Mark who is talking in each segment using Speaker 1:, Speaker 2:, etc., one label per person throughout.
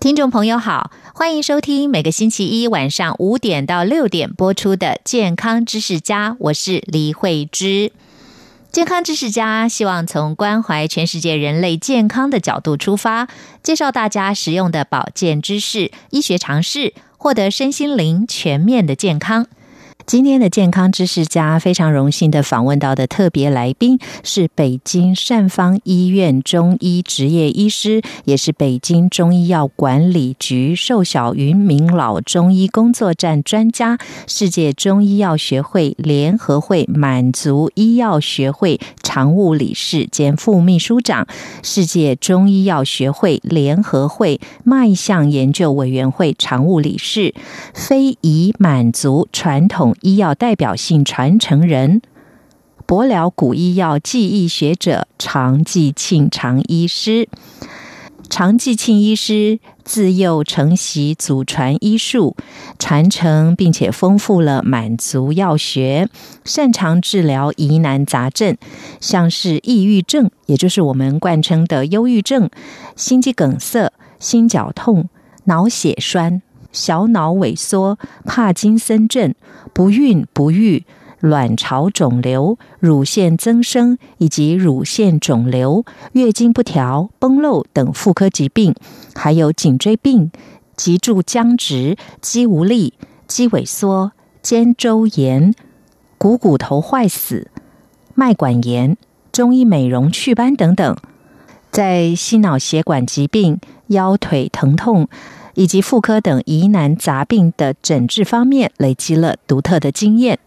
Speaker 1: 听众朋友好，欢迎收听每个星期一晚上五点到六点播出的《健康知识家》，我是李慧芝。健康知识家希望从关怀全世界人类健康的角度出发，介绍大家实用的保健知识、医学常识，获得身心灵全面的健康。今天的健康知识家非常荣幸的访问到的特别来宾是北京善芳医院中医执业医师，也是北京中医药管理局寿小云明老中医工作站专家，世界中医药学会联合会满族医药学会常务理事兼副秘书长，世界中医药学会联合会脉象研究委员会常务理事。非遗满族传统医药代表性传承人。博辽古医药技艺学者常继庆常医师，常继庆医师自幼承袭祖传医术，传承并且丰富了满族药学，擅长治疗疑难杂症，像是抑郁症，也就是我们惯称的忧郁症、心肌梗塞、心绞痛、脑血栓、小脑萎缩、帕金森症、不孕不育、卵巢肿瘤、乳腺增生以及乳腺肿瘤、月经不调、崩漏等妇科疾病，还有颈椎病、脊柱僵直、肌无力、肌萎缩、肩周炎、股骨头坏死、脉管炎、中医美容祛斑等等。在心脑血管疾病、腰腿疼痛以及妇科等疑难杂病的诊治方面，累积了独特的经验。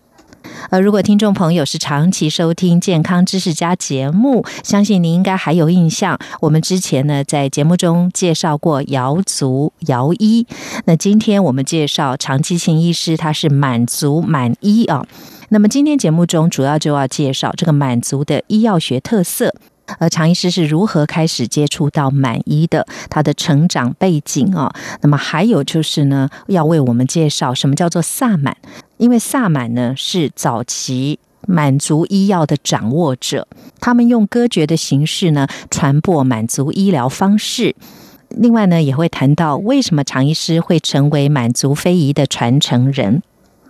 Speaker 1: 而如果听众朋友是长期收听《健康知识家》节目，相信您应该还有印象。我们之前呢在节目中介绍过瑶族瑶医，那今天我们介绍长期性医师，他是满族满医啊。那么今天节目中主要就要介绍这个满族的医药学特色。而常医师是如何开始接触到满医的，他的成长背景啊、那么还有就是呢，要为我们介绍什么叫做萨满，因为萨满呢是早期。满族医药的掌握者，他们用歌诀的形式呢传播满族医疗方式。另外呢，也会谈到为什么常医师会成为满族非遗的传承人。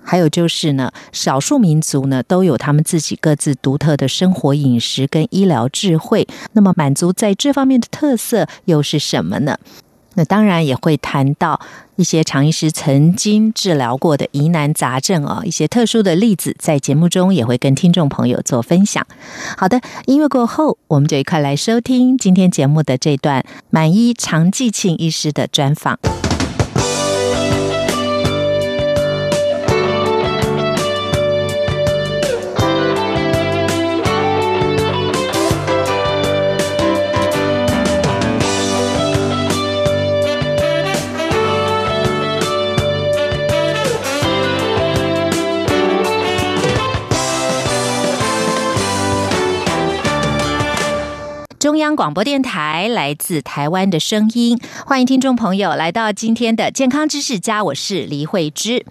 Speaker 1: 还有就是呢，少数民族呢都有他们自己各自独特的生活、饮食跟医疗智慧。那么满族在这方面的特色又是什么呢？那当然也会谈到一些常医师曾经治疗过的疑难杂症哦，一些特殊的例子，在节目中也会跟听众朋友做分享。好的，音乐过后，我们就一块来收听今天节目的这段满意常继庆医师的专访。中央广播电台来自台湾的声音，欢迎听众朋友来到今天的健康知识家，我是黎慧芝。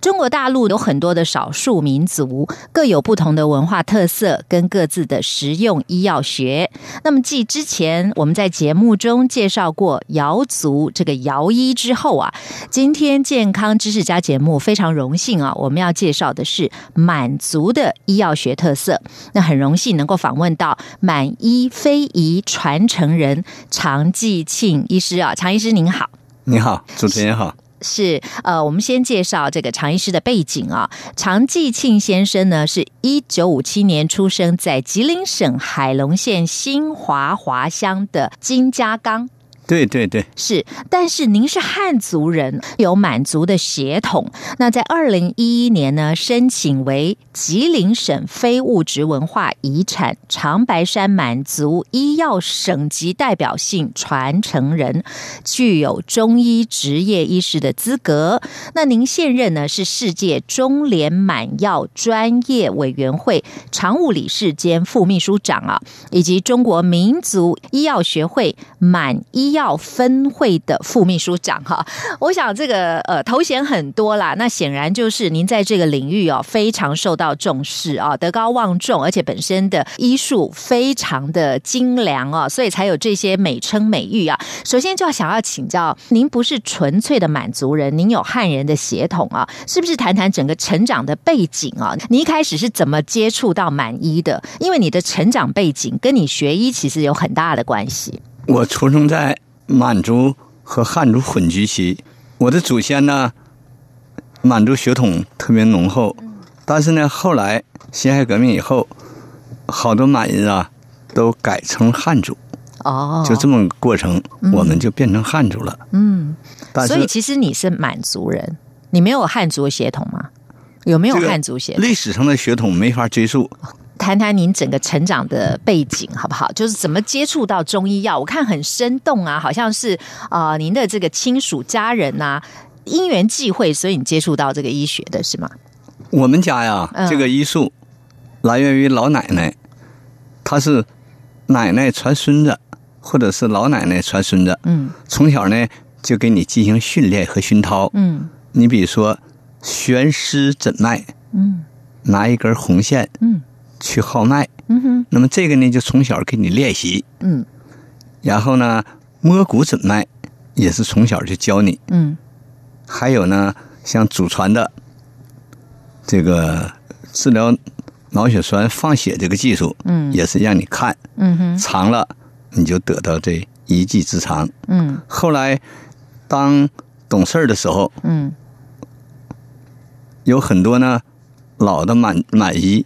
Speaker 1: 中国大陆有很多的少数民族，各有不同的文化特色跟各自的实用医药学。那么继之前我们在节目中介绍过瑶族这个瑶医之后啊，今天健康知识家节目非常荣幸啊，我们要介绍的是满族的医药学特色。那很荣幸能够访问到满医非遗传承人常继庆医师啊，常医师您好。
Speaker 2: 你好，主持人好。
Speaker 1: 是呃，我们先介绍这个常医师的背景啊。常继庆先生呢，是一九五七年出生在吉林省海龙县新华华乡的金家岗。
Speaker 2: 对对对，
Speaker 1: 是，但是您是汉族人，有满族的血统。那在二零一一年呢，申请为吉林省非物质文化遗产长白山满族医药省级代表性传承人，具有中医职业医师的资格。那您现任呢是世界中联满药专业委员会常务理事兼副秘书长啊，以及中国民族医药学会满医药分会的副秘书长哈、我想这个呃头衔很多啦，那显然就是您在这个领域哦非常受到重视啊，德高望重，而且本身的医术非常的精良哦，所以才有这些美称美誉啊。首先就要想要请教，您不是纯粹的满族人，您有汉人的血统啊，是不是？谈谈整个成长的背景啊？你一开始是怎么接触到满医的？因为你的成长背景跟你学医其实有很大的关系。
Speaker 2: 我出生在满族和汉族混居期，我的祖先呢，满族血统特别浓厚，
Speaker 1: 嗯
Speaker 2: 但是呢，后来辛亥革命以后，好多满人啊都改成汉族，
Speaker 1: 哦，
Speaker 2: 就这么个过程，我们就变成汉族了。
Speaker 1: 嗯，
Speaker 2: 但
Speaker 1: 所以
Speaker 2: 是
Speaker 1: 其实你是满族人，你没有汉族血统吗？有没有
Speaker 2: 这个
Speaker 1: 汉族血统？
Speaker 2: 历史上的血统没法追溯，
Speaker 1: 谈谈您整个成长的背景好不好？就是怎么接触到中医药？我看很生动啊，好像是呃您的这个亲属家人呐、因缘际会，所以你接触到这个医学的是吗？
Speaker 2: 我们家呀，
Speaker 1: 嗯
Speaker 2: 这个医术来源于老奶奶，她是奶奶传孙子，或者是老奶奶传孙子。
Speaker 1: 嗯
Speaker 2: 从小呢就给你进行训练和熏陶。
Speaker 1: 嗯
Speaker 2: 你比如说悬丝诊脉，
Speaker 1: 嗯
Speaker 2: 拿一根红线
Speaker 1: 嗯
Speaker 2: 去号脉，
Speaker 1: 嗯哼
Speaker 2: 那么这个呢就从小给你练习。
Speaker 1: 嗯
Speaker 2: 然后呢，摸骨诊脉也是从小就教你。
Speaker 1: 嗯
Speaker 2: 还有呢，像祖传的这个治疗脑血栓放血这个技术，
Speaker 1: 嗯
Speaker 2: 也是让你看
Speaker 1: 嗯哼
Speaker 2: 长了，你就得到这一技之长。
Speaker 1: 嗯
Speaker 2: 后来当懂事儿的时候，
Speaker 1: 嗯
Speaker 2: 有很多呢老的满满姨，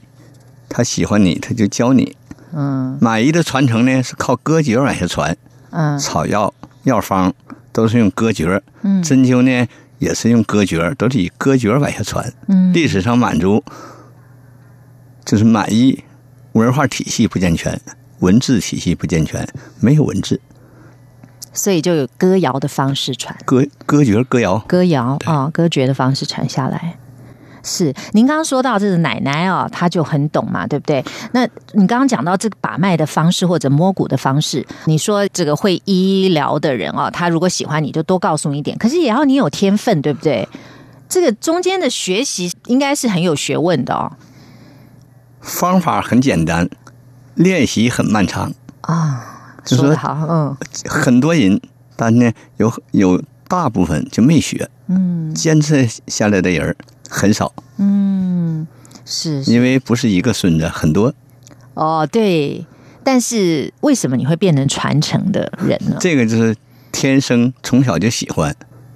Speaker 2: 他喜欢你，他就教你。
Speaker 1: 嗯
Speaker 2: 满姨的传承呢是靠歌诀往下传，
Speaker 1: 嗯
Speaker 2: 草药药方都是用歌诀，
Speaker 1: 嗯
Speaker 2: 针灸呢也是用歌诀，都是以歌诀往下传。
Speaker 1: 嗯
Speaker 2: 历史上满族就是满意文化体系不健全，文字体系不健全，没有文字，
Speaker 1: 所以就有歌谣的方式传。
Speaker 2: 歌歌诀、歌谣，
Speaker 1: 歌谣啊、歌诀的方式传下来。是，您刚刚说到这个奶奶哦，她就很懂嘛，对不对？那你刚刚讲到这个把脉的方式或者摸骨的方式，你说这个会医疗的人哦，他如果喜欢你就多告诉你一点，可是也要你有天分，对不对？这个中间的学习应该是很有学问的哦。
Speaker 2: 方法很简单，练习很漫长。
Speaker 1: 啊，
Speaker 2: 就
Speaker 1: 说
Speaker 2: 说
Speaker 1: 的好，嗯
Speaker 2: 很多人，但呢有有大部分就没学，
Speaker 1: 嗯
Speaker 2: 坚持下来的人儿很少，
Speaker 1: 嗯，是是
Speaker 2: 因为不是一个孙子，很多。
Speaker 1: 哦，对。但是为什么你会变成传承的人呢？
Speaker 2: 这个就是天生从小就喜欢，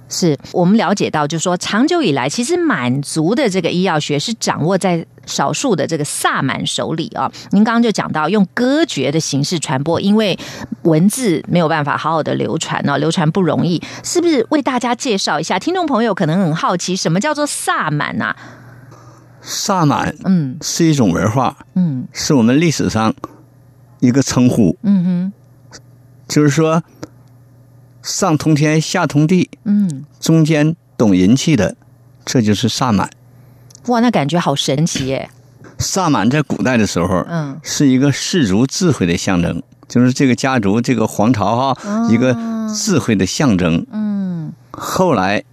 Speaker 1: 是我们了解到，就是说长久以来，其实满族的这个医药学是掌握在少数的这个萨满手里啊、您刚刚就讲到，用歌诀的形式传播，因为文字没有办法好好的流传哦，流传不容易，是不是？为大家介绍一下，听众朋友可能很好奇，什么叫做萨满啊？
Speaker 2: 萨满
Speaker 1: 嗯
Speaker 2: 是一种文化，
Speaker 1: 嗯
Speaker 2: 是我们历史上一个称呼。
Speaker 1: 嗯哼
Speaker 2: 就是说，上通天下通地，
Speaker 1: 嗯，
Speaker 2: 中间懂人气的，这就是萨满。
Speaker 1: 哇，那感觉好神奇耶！
Speaker 2: 萨满在古代的时候，
Speaker 1: 嗯
Speaker 2: 是一个氏族智慧的象征，就是这个家族、这个皇朝哈、一个智慧的象征。
Speaker 1: 啊嗯
Speaker 2: 后来，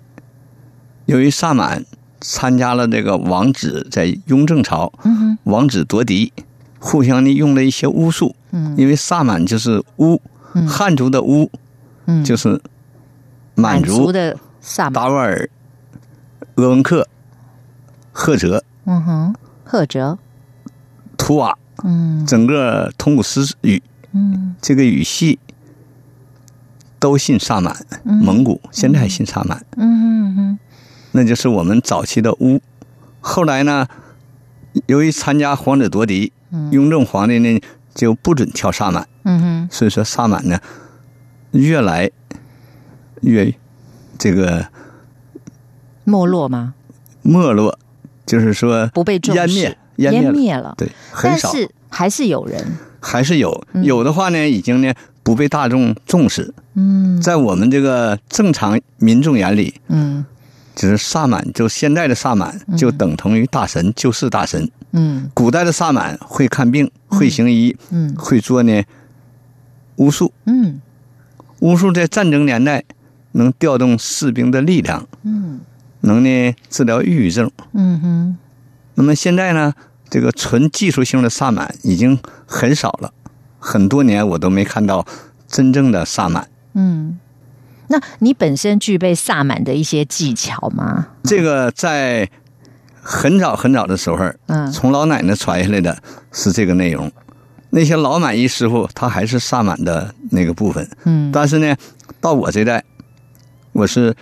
Speaker 2: 由于萨满参加了这个王子在雍正朝，
Speaker 1: 嗯哼
Speaker 2: 王子夺嫡，互相的用了一些巫术，
Speaker 1: 嗯
Speaker 2: 因为萨满就是巫，
Speaker 1: 嗯
Speaker 2: 汉族的巫
Speaker 1: 嗯，
Speaker 2: 就是满族
Speaker 1: 的萨满，
Speaker 2: 达斡尔、鄂温克、赫哲、
Speaker 1: 嗯哼，赫哲，
Speaker 2: 图瓦，
Speaker 1: 嗯
Speaker 2: 整个通古斯语
Speaker 1: 嗯
Speaker 2: 这个语系都信萨满，蒙古现在还信萨满，
Speaker 1: 嗯嗯嗯。
Speaker 2: 那就是我们早期的巫。后来呢，由于参加皇子夺嫡，
Speaker 1: 嗯
Speaker 2: 雍正皇帝呢就不准跳萨满，
Speaker 1: 嗯哼，
Speaker 2: 所以说萨满呢越来越这个
Speaker 1: 没落吗？
Speaker 2: 没落，就是说
Speaker 1: 不被重视
Speaker 2: 湮灭，湮
Speaker 1: 湮
Speaker 2: 灭了，
Speaker 1: 灭了，
Speaker 2: 对，很
Speaker 1: 但
Speaker 2: 少，
Speaker 1: 是还是有人，
Speaker 2: 还是有，有的话呢，已经呢不被大众重视，
Speaker 1: 嗯
Speaker 2: 在我们这个正常民众眼里，
Speaker 1: 嗯
Speaker 2: 就是萨满，就现在的萨满就等同于大神，救世大神。
Speaker 1: 嗯
Speaker 2: 古代的萨满会看病，会行医，
Speaker 1: 嗯
Speaker 2: 会做呢巫术。
Speaker 1: 嗯
Speaker 2: 巫术在战争年代能调动士兵的力量，
Speaker 1: 嗯
Speaker 2: 能呢治疗抑郁症。
Speaker 1: 嗯哼，
Speaker 2: 那么现在呢，这个纯技术性的萨满已经很少了，很多年我都没看到真正的萨满。
Speaker 1: 嗯，那你本身具备萨满的一些技巧吗？
Speaker 2: 这个在很早很早的时候，
Speaker 1: 嗯
Speaker 2: 从老奶奶传下来的是这个内容。那些老满医师傅，他还是萨满的那个部分，
Speaker 1: 嗯
Speaker 2: 但是呢，到我这代，我是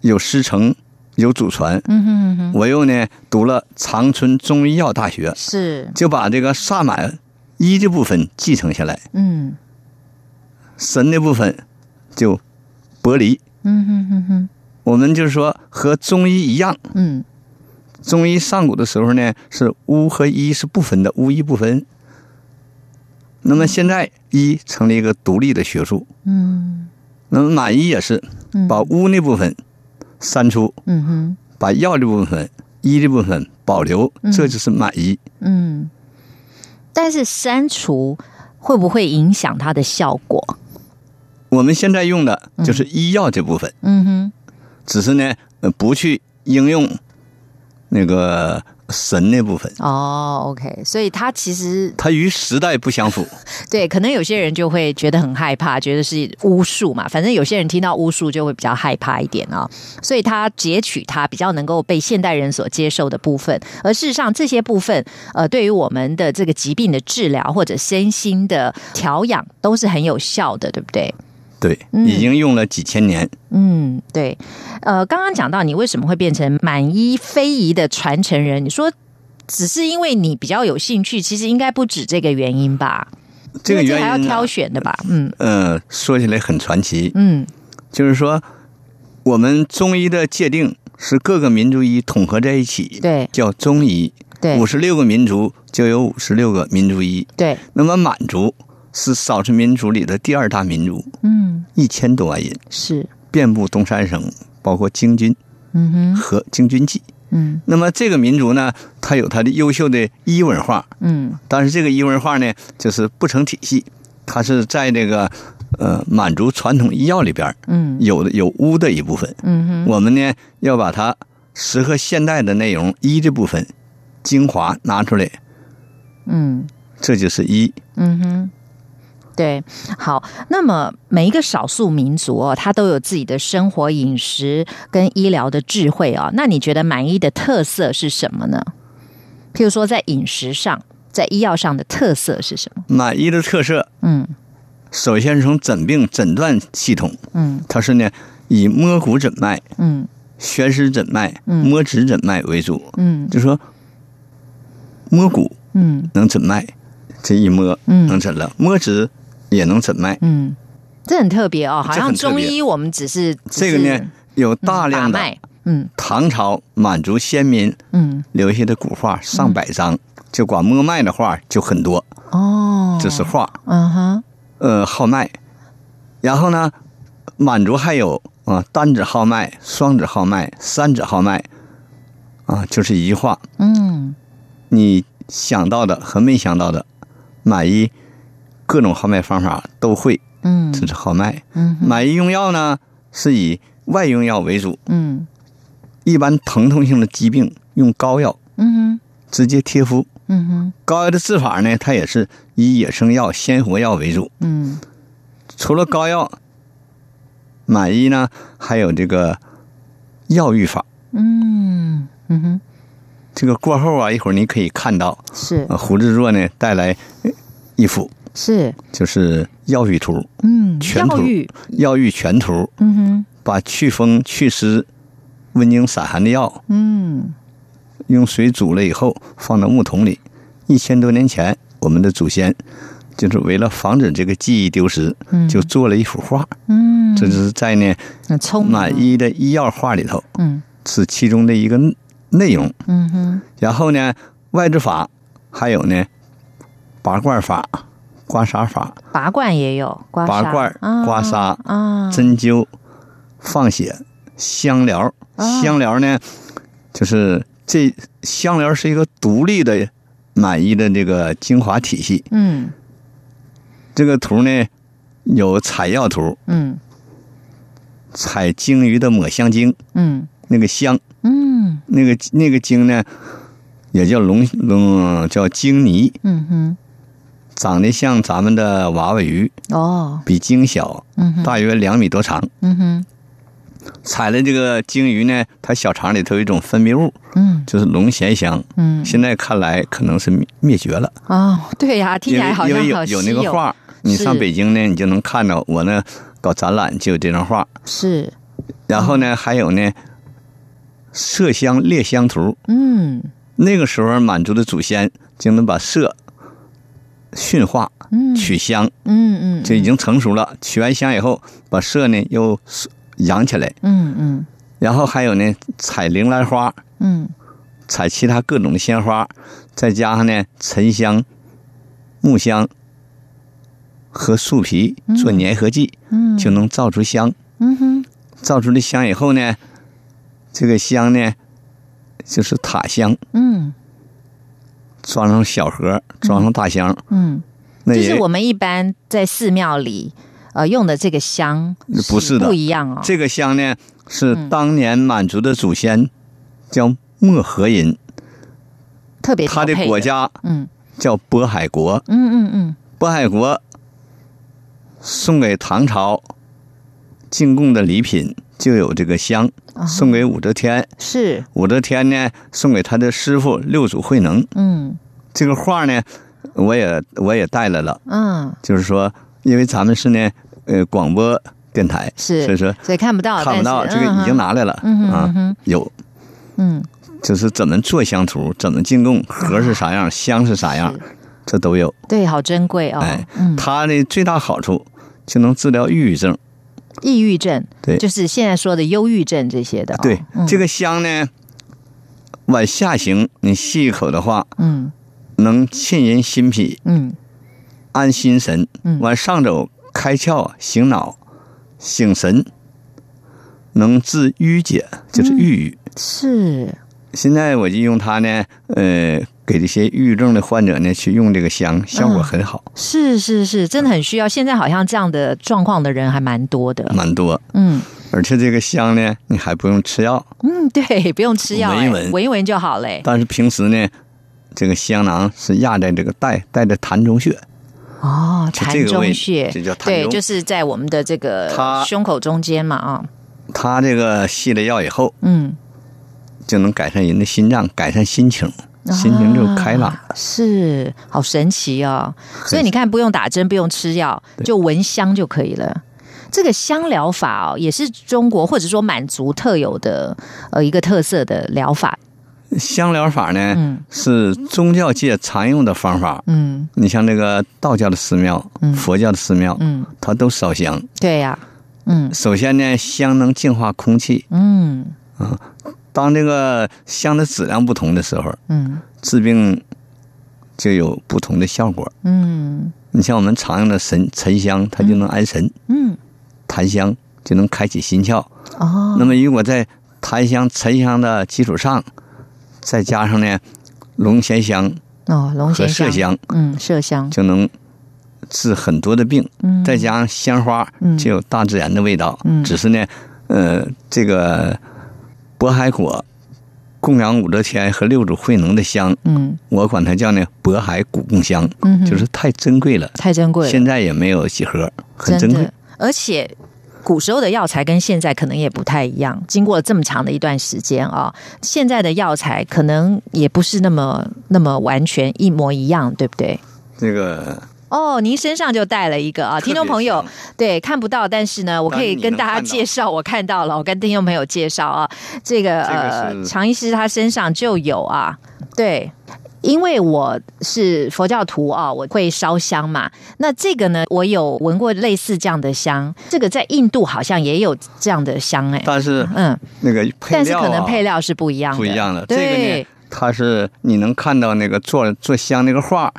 Speaker 2: 有师承，有祖传，
Speaker 1: 嗯哼嗯哼，
Speaker 2: 我又呢读了长春中医药大学，
Speaker 1: 是
Speaker 2: 就把这个萨满医的部分继承下来，
Speaker 1: 嗯
Speaker 2: 神的部分就剥离。
Speaker 1: 嗯哼哼哼
Speaker 2: 我们就是说和中医一样，
Speaker 1: 嗯
Speaker 2: 中医上古的时候呢，是巫和医是不分的，巫医不分。那么现在医成了一个独立的学术，
Speaker 1: 嗯
Speaker 2: 那么满医也是
Speaker 1: 嗯
Speaker 2: 把巫那部分删除，
Speaker 1: 嗯哼
Speaker 2: 把药这部分、医这部分保留
Speaker 1: 嗯，
Speaker 2: 这就是满医。
Speaker 1: 嗯，但是删除会不会影响它的效果？
Speaker 2: 我们现在用的就是医药这部分，
Speaker 1: 嗯哼
Speaker 2: 只是呢，呃不去应用那个神那部分，
Speaker 1: 哦，OK，所以它其实
Speaker 2: 它与时代不相符。
Speaker 1: 对，可能有些人就会觉得很害怕，觉得是巫术嘛。反正有些人听到巫术就会比较害怕一点啊、所以他截取他比较能够被现代人所接受的部分。而事实上，这些部分呃，对于我们的这个疾病的治疗或者身心的调养都是很有效的，对不对？
Speaker 2: 对，
Speaker 1: 嗯
Speaker 2: 已经用了几千年。
Speaker 1: 嗯，对。呃，刚刚讲到你为什么会变成满衣非遗的传承人，你说。只是因为你比较有兴趣，其实应该不止这个原因吧？
Speaker 2: 这个
Speaker 1: 因为
Speaker 2: 原
Speaker 1: 还要
Speaker 2: 因呢啊
Speaker 1: 挑选的吧？嗯
Speaker 2: 呃，说起来很传奇，
Speaker 1: 嗯
Speaker 2: 就是说，我们中医的界定是各个民族医统合在一起，
Speaker 1: 对
Speaker 2: 叫中医。
Speaker 1: 对
Speaker 2: 五十六个民族就有五十六个民族医。
Speaker 1: 对，
Speaker 2: 那么满族是少数民族里的第二大民族，
Speaker 1: 嗯，
Speaker 2: 一千多万人，
Speaker 1: 是，
Speaker 2: 遍布东三省，包括京津
Speaker 1: 嗯哼，
Speaker 2: 和京津冀。
Speaker 1: 嗯
Speaker 2: 那么这个民族呢，它有它的优秀的医文化，
Speaker 1: 嗯
Speaker 2: 但是这个医文化呢，就是不成体系，它是在这个呃满族传统医药里边儿
Speaker 1: 嗯
Speaker 2: 有的有巫的一部分，
Speaker 1: 嗯哼，
Speaker 2: 我们呢要把它适合现代的内容医这部分精华拿出来，
Speaker 1: 嗯
Speaker 2: 这就是医。
Speaker 1: 嗯哼。对，好，那么每一个少数民族哦，它都有自己的生活、饮食跟医疗的智慧哦。那你觉得满意的特色是什么呢？譬如说，在饮食上，在医药上的特色是什么？
Speaker 2: 满医的特色，
Speaker 1: 嗯
Speaker 2: 首先是从诊病诊断系统，
Speaker 1: 嗯
Speaker 2: 它是呢以摸骨诊脉、
Speaker 1: 嗯
Speaker 2: 悬丝诊脉、
Speaker 1: 嗯
Speaker 2: 摸指诊脉为主，
Speaker 1: 嗯
Speaker 2: 就说摸骨
Speaker 1: 嗯
Speaker 2: 能诊脉，这一摸
Speaker 1: 嗯
Speaker 2: 能诊了，摸指也能诊脉。
Speaker 1: 嗯，这很特别哦，好
Speaker 2: 这
Speaker 1: 像
Speaker 2: 很特
Speaker 1: 中
Speaker 2: 别
Speaker 1: 医我们只是
Speaker 2: 这个呢，有大量
Speaker 1: 把
Speaker 2: 的
Speaker 1: 脉，嗯
Speaker 2: 唐朝满族先民
Speaker 1: 嗯
Speaker 2: 留下的古画上百张，就管摸脉的画就很多，
Speaker 1: 哦，
Speaker 2: 这是画，
Speaker 1: 嗯哼，
Speaker 2: 呃，号脉。然后呢，满族还有啊、单指号脉、双指号脉、三指号脉，啊，就是一句话，
Speaker 1: 嗯
Speaker 2: 你想到的和没想到的，满医各种号脉方法都会，
Speaker 1: 嗯
Speaker 2: 这是号脉。
Speaker 1: 嗯哼
Speaker 2: 满医用药呢是以外用药为主，
Speaker 1: 嗯
Speaker 2: 一般疼痛性的疾病用膏药
Speaker 1: 嗯哼
Speaker 2: 直接贴敷。
Speaker 1: 嗯哼
Speaker 2: 膏药的制法呢，它也是以野生药、鲜活药为主。
Speaker 1: 嗯
Speaker 2: 除了膏药，满医呢还有这个药浴法。
Speaker 1: 嗯嗯哼，
Speaker 2: 这个过后啊，一会儿你可以看到，
Speaker 1: 是
Speaker 2: 呃胡制作呢带来呃一幅
Speaker 1: 是，
Speaker 2: 就是药浴图、
Speaker 1: 嗯，
Speaker 2: 全
Speaker 1: 药
Speaker 2: 图
Speaker 1: 浴，
Speaker 2: 药浴全图，
Speaker 1: 嗯哼
Speaker 2: 把祛风、祛湿、温经散寒的药
Speaker 1: 嗯
Speaker 2: 用水煮了以后放到木桶里。一千多年前，我们的祖先就是为了防止这个记忆丢失，
Speaker 1: 嗯
Speaker 2: 就做了一幅画。
Speaker 1: 嗯，
Speaker 2: 这是在呢
Speaker 1: 很聪明，
Speaker 2: 满意的医药画里头
Speaker 1: 嗯
Speaker 2: 是其中的一个内容。
Speaker 1: 嗯哼，
Speaker 2: 然后呢，外治法还有呢拔罐法、刮痧法、
Speaker 1: 拔罐也有，刮痧
Speaker 2: 拔罐、
Speaker 1: 啊
Speaker 2: 刮痧、
Speaker 1: 啊，
Speaker 2: 针灸、放血、香疗。
Speaker 1: 啊
Speaker 2: 香疗呢，就是这香疗是一个独立的满意的这个精华体系。
Speaker 1: 嗯
Speaker 2: 这个图呢有采药图，
Speaker 1: 嗯
Speaker 2: 采鲸鱼的抹香鲸，
Speaker 1: 嗯
Speaker 2: 那个香，
Speaker 1: 嗯
Speaker 2: 那个那个鲸呢也叫龙龙呃叫鲸泥，
Speaker 1: 嗯哼，
Speaker 2: 长得像咱们的娃娃鱼，
Speaker 1: 哦，
Speaker 2: 比鲸小，
Speaker 1: 嗯哼
Speaker 2: 大约两米多长。
Speaker 1: 嗯哼，
Speaker 2: 采的这个鲸鱼呢，它小肠里头有一种分泌物，
Speaker 1: 嗯
Speaker 2: 就是龙涎香。
Speaker 1: 嗯
Speaker 2: 现在看来可能是灭灭绝了，
Speaker 1: 哦，对呀，听
Speaker 2: 因
Speaker 1: 起
Speaker 2: 为
Speaker 1: 来好
Speaker 2: 因
Speaker 1: 像
Speaker 2: 为
Speaker 1: 好
Speaker 2: 有有那
Speaker 1: 稀
Speaker 2: 个
Speaker 1: 有
Speaker 2: 画，你上
Speaker 1: 是
Speaker 2: 北京呢，你就能看到我那搞展览就有这张画。
Speaker 1: 是，
Speaker 2: 然后呢，还有呢，麝香猎香图，
Speaker 1: 嗯
Speaker 2: 那个时候满族的祖先就能把麝驯化
Speaker 1: 嗯
Speaker 2: 取香，
Speaker 1: 嗯嗯，
Speaker 2: 就已经成熟了。取完香以后，把麝呢又养起来，
Speaker 1: 嗯嗯
Speaker 2: 然后还有呢，采铃兰花，
Speaker 1: 嗯
Speaker 2: 采其他各种的鲜花，再加上呢沉香、木香和树皮做粘合剂，
Speaker 1: 嗯
Speaker 2: 就能造出香。
Speaker 1: 嗯哼，
Speaker 2: 造出的香以后呢，这个香呢就是塔香，
Speaker 1: 嗯
Speaker 2: 装上小盒，装上大箱，
Speaker 1: 嗯，
Speaker 2: 那
Speaker 1: 就
Speaker 2: 也
Speaker 1: 是我们一般在寺庙里呃用的这个香
Speaker 2: 不是的
Speaker 1: 不一样哦，
Speaker 2: 这个香呢
Speaker 1: 嗯
Speaker 2: 是当年满族的祖先叫漠河人，
Speaker 1: 特别
Speaker 2: 他的
Speaker 1: 调配
Speaker 2: 国，家
Speaker 1: 嗯
Speaker 2: 叫渤海国，
Speaker 1: 嗯嗯
Speaker 2: 渤海国送给唐朝进贡的礼品就有这个香，
Speaker 1: 嗯，
Speaker 2: 送
Speaker 1: 哦
Speaker 2: 给武则天，
Speaker 1: 是，
Speaker 2: 武则天呢送给他的师傅六祖慧能，
Speaker 1: 嗯
Speaker 2: 这个画呢我也我也带来了。
Speaker 1: 嗯
Speaker 2: 就是说，因为咱们是呢，呃，广播电台，
Speaker 1: 是，
Speaker 2: 所以说
Speaker 1: 所以看不到，
Speaker 2: 看不到，
Speaker 1: 啊但
Speaker 2: 这
Speaker 1: 是
Speaker 2: 个已经，拿来了、
Speaker 1: 嗯哼嗯
Speaker 2: 啊，
Speaker 1: 哼
Speaker 2: 有
Speaker 1: 嗯
Speaker 2: 就是怎么做香图，怎么进贡，盒是啥样，香是啥样
Speaker 1: 是，
Speaker 2: 这都有。
Speaker 1: 嗯，对，好珍贵哦
Speaker 2: 哎，
Speaker 1: 嗯，
Speaker 2: 它的最大好处就能治疗抑郁症。
Speaker 1: 抑郁症，
Speaker 2: 对
Speaker 1: 就是现在说的忧郁症这些的哦，
Speaker 2: 对，
Speaker 1: 嗯
Speaker 2: 这个香呢，往下行，你吸一口的话，
Speaker 1: 嗯
Speaker 2: 能沁人心脾，
Speaker 1: 嗯
Speaker 2: 安心神；
Speaker 1: 嗯
Speaker 2: 往上走，开窍，醒脑，醒神。能治郁结，
Speaker 1: 嗯
Speaker 2: 就是抑郁。
Speaker 1: 是，
Speaker 2: 现在我就用它呢，呃，给这些抑郁症的患者呢去用这个
Speaker 1: 嗯
Speaker 2: 香，效果很好，
Speaker 1: 是是是，真的很需要。现在好像这样的状况的人还蛮多的。
Speaker 2: 蛮多。
Speaker 1: 嗯
Speaker 2: 而且这个香呢，你还不用吃药，
Speaker 1: 嗯，对，不用吃药、
Speaker 2: 闻
Speaker 1: 哎
Speaker 2: 一闻
Speaker 1: 闻一闻就好欸嘞。
Speaker 2: 但是平时呢，这个香囊是压在这个带带着痰中穴，
Speaker 1: 哦，
Speaker 2: 是
Speaker 1: 痰
Speaker 2: 这个位
Speaker 1: 中
Speaker 2: 置
Speaker 1: 穴，
Speaker 2: 这叫痰
Speaker 1: 对，
Speaker 2: 中
Speaker 1: 就是在我们的这个
Speaker 2: 它
Speaker 1: 胸口中间嘛啊。
Speaker 2: 它这个吸了药以后，
Speaker 1: 嗯，
Speaker 2: 就能改善人的心脏，改善心情，心情就开朗
Speaker 1: 啊
Speaker 2: 了。
Speaker 1: 是好神奇哦。所以你看，不用打针，不用吃药，就闻香就可以了。这个香疗法哦，也是中国或者说满族特有的呃一个特色的疗法。
Speaker 2: 香疗法呢，
Speaker 1: 嗯
Speaker 2: 是宗教界常用的方法。
Speaker 1: 嗯
Speaker 2: 你像这个道教的寺庙、
Speaker 1: 嗯
Speaker 2: 佛教的寺庙，
Speaker 1: 嗯，
Speaker 2: 它都烧香。
Speaker 1: 对呀、嗯
Speaker 2: 首先呢，香能净化空气。
Speaker 1: 嗯。
Speaker 2: 当这个香的质量不同的时候，
Speaker 1: 嗯
Speaker 2: 治病就有不同的效果。
Speaker 1: 嗯
Speaker 2: 你像我们常用的神沉香，它就能安神；
Speaker 1: 嗯，
Speaker 2: 檀香就能开启心窍。
Speaker 1: 哦，
Speaker 2: 那么，如果在檀香、沉香的基础上，再加上呢龙涎香
Speaker 1: 哦，龙
Speaker 2: 和
Speaker 1: 涎
Speaker 2: 麝
Speaker 1: 香，
Speaker 2: 香，
Speaker 1: 嗯，麝香，
Speaker 2: 就能治很多的病。
Speaker 1: 嗯，
Speaker 2: 再加上鲜花，
Speaker 1: 嗯
Speaker 2: 就有大自然的味道。
Speaker 1: 嗯
Speaker 2: 只是呢，呃，这个渤海果供养武则天和六祖慧能的香，
Speaker 1: 嗯
Speaker 2: 我管它叫呢渤海古贡香，
Speaker 1: 嗯哼，
Speaker 2: 就是太珍贵了，
Speaker 1: 太珍贵了，
Speaker 2: 现在也没有几盒，很珍
Speaker 1: 真
Speaker 2: 贵
Speaker 1: 的。，而且。古时候的药材跟现在可能也不太一样，经过了这么长的一段时间啊、现在的药材可能也不是那么那么完全一模一样，对不对？
Speaker 2: 这个
Speaker 1: 哦，您身上就带了一个啊，听众朋友
Speaker 2: 特别，
Speaker 1: 对看不到，但是呢，我可以跟大家介绍，我看到了，我跟听众朋友介绍啊，这个
Speaker 2: 这个
Speaker 1: 呃，
Speaker 2: 是
Speaker 1: 常医师他身上就有啊，对，因为我是佛教徒啊、我会烧香嘛。那这个呢，我有闻过类似这样的香，这个在印度好像也有这样的香哎、
Speaker 2: 但是
Speaker 1: 嗯，
Speaker 2: 那个配
Speaker 1: 但是
Speaker 2: 料、啊、
Speaker 1: 可能配料是不一样的，
Speaker 2: 不一样的。这个
Speaker 1: 对
Speaker 2: 呢，，它是你能看到那个做做香那个画，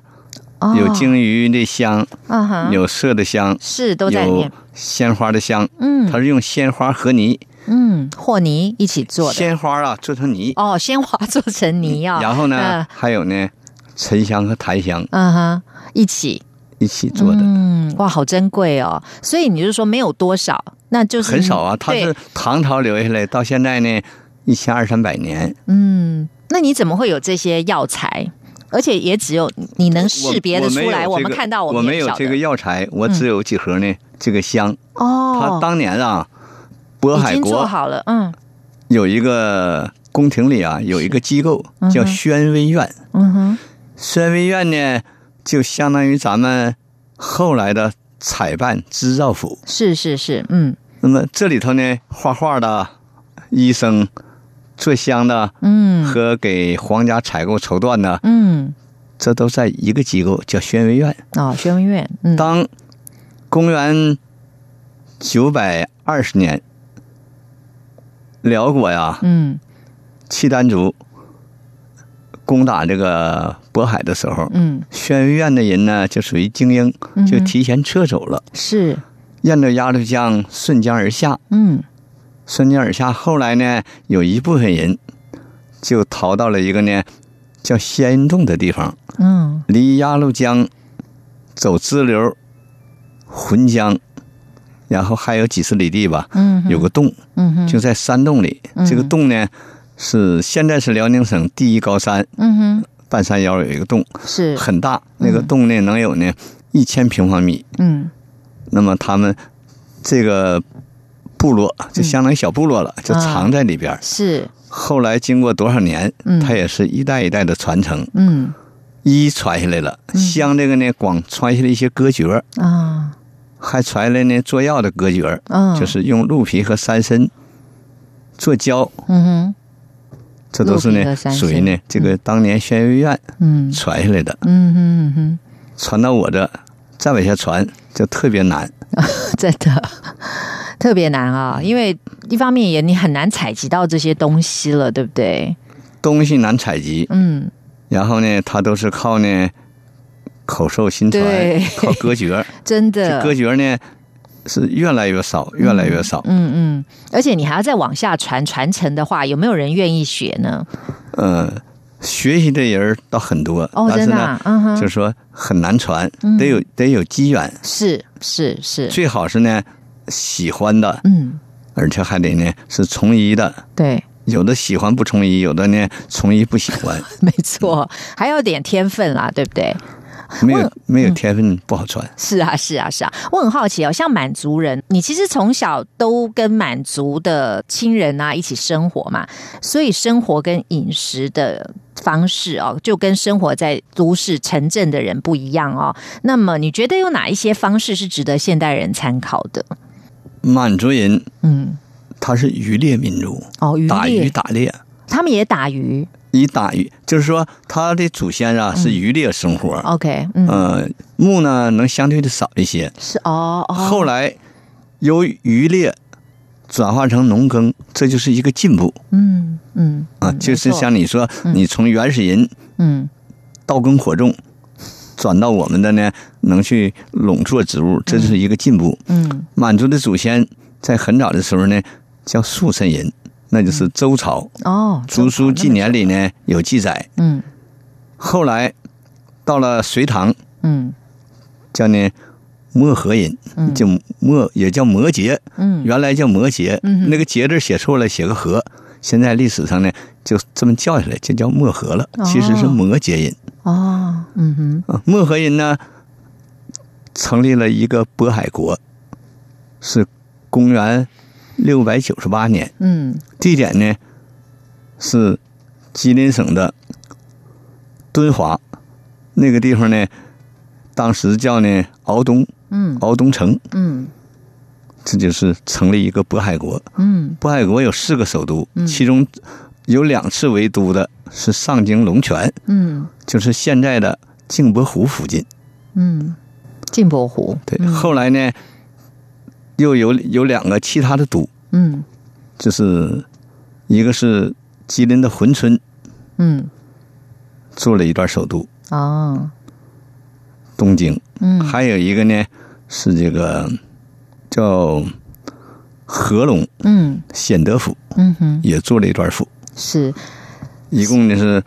Speaker 1: 哦
Speaker 2: 有，鲸鱼的香，
Speaker 1: 嗯哼，
Speaker 2: 有麝的香，
Speaker 1: 是都在里
Speaker 2: 有
Speaker 1: 面，
Speaker 2: 鲜花的香。
Speaker 1: 嗯
Speaker 2: 它是用鲜花和泥，
Speaker 1: 嗯，和泥一起做的，
Speaker 2: 鲜花啊做成泥，
Speaker 1: 哦，鲜花做成泥啊、
Speaker 2: 然后呢，还有呢，沉香和檀香
Speaker 1: 嗯，嗯哼，一起
Speaker 2: 一起做的，
Speaker 1: 嗯，哇，好珍贵哦。所以你就说没有多少，那就是
Speaker 2: 很少啊。
Speaker 1: 嗯
Speaker 2: 它
Speaker 1: 对
Speaker 2: 是唐朝留下来，到现在呢，一千二三百年。
Speaker 1: 嗯，那你怎么会有这些药材？而且也只有你能识别的出来，我
Speaker 2: 我没有这
Speaker 1: 们
Speaker 2: 个
Speaker 1: 看到
Speaker 2: 我
Speaker 1: 们
Speaker 2: 没
Speaker 1: 也
Speaker 2: 有
Speaker 1: 晓
Speaker 2: 这
Speaker 1: 得嗯
Speaker 2: 个药材，我只有几盒呢，这个香。他
Speaker 1: 哦，
Speaker 2: 当年啊，渤
Speaker 1: 已
Speaker 2: 海
Speaker 1: 经做
Speaker 2: 国
Speaker 1: 好了，嗯
Speaker 2: 有一个宫廷里啊，有一个机构
Speaker 1: 嗯哼
Speaker 2: 叫宣威院。
Speaker 1: 嗯哼，
Speaker 2: 宣威院呢，就相当于咱们后来的采办织造府。
Speaker 1: 是是是，嗯
Speaker 2: 那么这里头呢，画画的、医生、做香的
Speaker 1: 嗯
Speaker 2: 和给皇家采购绸缎的，
Speaker 1: 嗯，
Speaker 2: 这都在一个机构叫宣威院。
Speaker 1: 哦，宣文院，嗯
Speaker 2: 当公元九百二十年，辽国呀，
Speaker 1: 嗯
Speaker 2: 契丹族攻打这个渤海的时候，
Speaker 1: 嗯，
Speaker 2: 宣威院的人呢就属于精英，就提前撤走了，
Speaker 1: 是，
Speaker 2: 沿着鸭绿江顺江而下，
Speaker 1: 嗯
Speaker 2: 顺江而下。后来呢，有一部分人就逃到了一个呢叫仙人洞的地方，
Speaker 1: 嗯
Speaker 2: 离鸭绿江走支流浑江，然后还有几十里地吧，
Speaker 1: 嗯
Speaker 2: 有个洞，
Speaker 1: 嗯哼嗯
Speaker 2: 就在山洞里。这个洞呢是现在是辽宁省第一高山
Speaker 1: 嗯
Speaker 2: 半山腰有一个洞，
Speaker 1: 哼，是，
Speaker 2: 很大，那个洞呢能有呢一千平方米。
Speaker 1: 嗯
Speaker 2: 那么他们这个部落就相当于小部落
Speaker 1: 嗯
Speaker 2: 了，就藏在里边儿。
Speaker 1: 是，
Speaker 2: 后来经过多少年
Speaker 1: 啊嗯，
Speaker 2: 它也是一代一代的传承，
Speaker 1: 嗯
Speaker 2: 一传下来了。香这个呢，光传下来一些歌诀儿，
Speaker 1: 啊
Speaker 2: 还传下来呢做药的歌诀儿，
Speaker 1: 嗯，
Speaker 2: 就是用鹿皮和山参做胶，
Speaker 1: 嗯
Speaker 2: 这都是
Speaker 1: 鹿皮和
Speaker 2: 呢
Speaker 1: 山参
Speaker 2: 属于呢这个当年宣威院
Speaker 1: 哼嗯
Speaker 2: 传下来的，
Speaker 1: 嗯哼嗯哼。
Speaker 2: 传到我这，再往下传就特别难。
Speaker 1: 真的特别难啊，因为一方面也你很难采集到这些东西了，对不对？
Speaker 2: 东西难采集，
Speaker 1: 嗯，
Speaker 2: 然后呢，它都是靠呢口授心传
Speaker 1: 对，
Speaker 2: 靠歌诀 儿。
Speaker 1: 真
Speaker 2: 这
Speaker 1: 的，
Speaker 2: 歌诀儿呢是越来越少，越来越少。
Speaker 1: 嗯嗯，而且你还要再往下传传承的话，有没有人愿意学呢？
Speaker 2: 呃，学习的人儿倒很多，
Speaker 1: 哦，
Speaker 2: 但
Speaker 1: 真
Speaker 2: 是
Speaker 1: 的、
Speaker 2: 呢
Speaker 1: 啊，，嗯
Speaker 2: 就
Speaker 1: 哼，嗯
Speaker 2: 是说很难传，得有得有机缘，
Speaker 1: 是是是，
Speaker 2: 最好是呢喜欢的，
Speaker 1: 嗯，
Speaker 2: 而且还得呢是从医的。
Speaker 1: 对，
Speaker 2: 有的喜欢不从医，有的呢从医不喜 欢，
Speaker 1: 没错，还要点天分啦，对不对？
Speaker 2: 没有没有天分不好传。
Speaker 1: 是啊，是啊，是啊，我很好奇哦，像满族人，你其实从小都跟满族的亲人啊一起生活嘛，所以生活跟饮食的方式哦，就跟生活在都市城镇的人不一样哦。那么你觉得有哪一些方式是值得现代人参考的？
Speaker 2: 满族人
Speaker 1: 嗯，
Speaker 2: 他是渔猎民族，
Speaker 1: 哦，渔
Speaker 2: 打
Speaker 1: 猎，
Speaker 2: 鱼打猎，
Speaker 1: 他们也打鱼。
Speaker 2: 以打鱼，就是说他的祖先
Speaker 1: 嗯
Speaker 2: 啊是渔猎生活，
Speaker 1: OK，嗯，
Speaker 2: 呃，牧呢能相对的少一些，
Speaker 1: 是哦哦，
Speaker 2: 后来由渔猎转化成农耕，这就是一个进步
Speaker 1: 嗯嗯
Speaker 2: 啊！
Speaker 1: 嗯
Speaker 2: 就是
Speaker 1: 没错
Speaker 2: 像你说，你从原始人
Speaker 1: 嗯
Speaker 2: 稻耕火种，转到我们的呢，能去垄作植物，这就是一个进步。
Speaker 1: 嗯
Speaker 2: 满族的祖先在很早的时候呢，叫肃慎人，那
Speaker 1: 嗯
Speaker 2: 就是周朝
Speaker 1: 哦，
Speaker 2: 《竹书纪
Speaker 1: 年，
Speaker 2: 年》里呢有记载。
Speaker 1: 嗯
Speaker 2: 后来到了隋唐，
Speaker 1: 嗯
Speaker 2: 叫呢漠河人，就漠也叫摩羯，
Speaker 1: 嗯
Speaker 2: 原来叫摩羯，那个羯字写错了，写个河。现在历史上呢，就这么叫下来，就叫漠河了。其实是摩羯人
Speaker 1: 哦嗯哼。
Speaker 2: 啊，漠河人呢，成立了一个渤海国，是公元六百九十八年，
Speaker 1: 嗯
Speaker 2: 地点呢是吉林省的敦煌，那个地方呢，当时叫呢敖东，
Speaker 1: 嗯
Speaker 2: 敖东城，
Speaker 1: 嗯
Speaker 2: 这就是成立一个渤海国。
Speaker 1: 嗯
Speaker 2: 渤海国有四个首都，其中有两次为都的是上京龙泉，
Speaker 1: 嗯
Speaker 2: 就是现在的镜泊湖附近。
Speaker 1: 嗯，镜泊湖，
Speaker 2: 对，后来呢，又有有两个其他的都，
Speaker 1: 嗯
Speaker 2: 就是一个是吉林的珲春
Speaker 1: 嗯，
Speaker 2: 做了一段首都
Speaker 1: 哦，
Speaker 2: 东京，
Speaker 1: 嗯
Speaker 2: 还有一个呢是这个叫合龙
Speaker 1: 嗯
Speaker 2: 显德府
Speaker 1: 嗯哼，
Speaker 2: 也做了一段府，
Speaker 1: 是，
Speaker 2: 一共呢是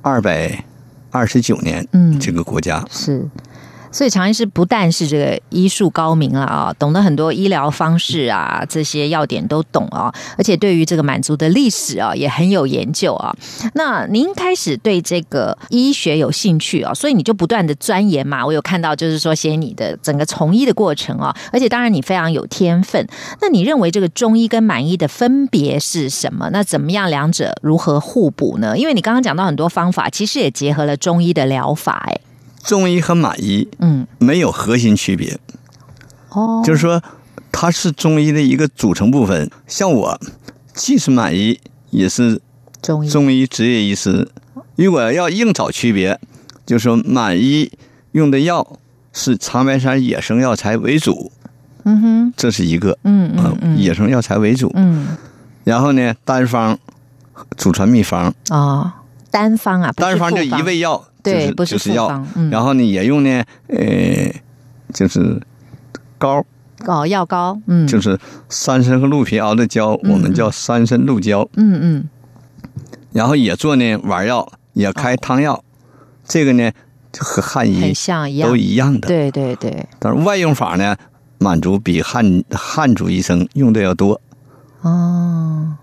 Speaker 2: 二百二十九年，
Speaker 1: 嗯
Speaker 2: 这个国家
Speaker 1: 是。所以长安市不但是这个医术高明了啊，懂得很多医疗方式啊，这些药典都懂啊，而且对于这个满族的历史啊也很有研究啊。那您开始对这个医学有兴趣啊，所以你就不断的钻研嘛。我有看到就是说写你的整个从医的过程啊，而且当然你非常有天分。那你认为这个中医跟满医的分别是什么？那怎么样两者如何互补呢？因为你刚刚讲到很多方法，其实也结合了中医的疗法、哎，
Speaker 2: 中医和满医
Speaker 1: 嗯。
Speaker 2: 没有核心区别，
Speaker 1: 哦，
Speaker 2: 就是说它是中医的一个组成部分。像我既是满医，也是
Speaker 1: 中医，
Speaker 2: 中医执业医师。如果要硬找区别，就说满医用的药是长白山野生药材为主，
Speaker 1: 嗯哼，
Speaker 2: 这是一个，
Speaker 1: 嗯嗯
Speaker 2: 啊野生药材为主。
Speaker 1: 嗯
Speaker 2: 然后呢，单方、祖传秘方，
Speaker 1: 啊、哦，单方啊，不是
Speaker 2: 单方就
Speaker 1: 复
Speaker 2: 一味药，就
Speaker 1: 对
Speaker 2: 是
Speaker 1: 不是
Speaker 2: 就是
Speaker 1: 复
Speaker 2: 药
Speaker 1: 方嗯。
Speaker 2: 然后呢，也用呢，呃，就是膏，
Speaker 1: 哦，药膏，嗯，
Speaker 2: 就是三参和鹿皮熬的胶，我们叫三参鹿胶。
Speaker 1: 嗯嗯
Speaker 2: 然后也做呢丸药，也开汤药，这个呢就和汉
Speaker 1: 嗯，
Speaker 2: 医
Speaker 1: 哦很像一样
Speaker 2: 都，一样的。
Speaker 1: 对对对，
Speaker 2: 但是外用法呢，满族比汉汉族医生用的要多。
Speaker 1: 哦，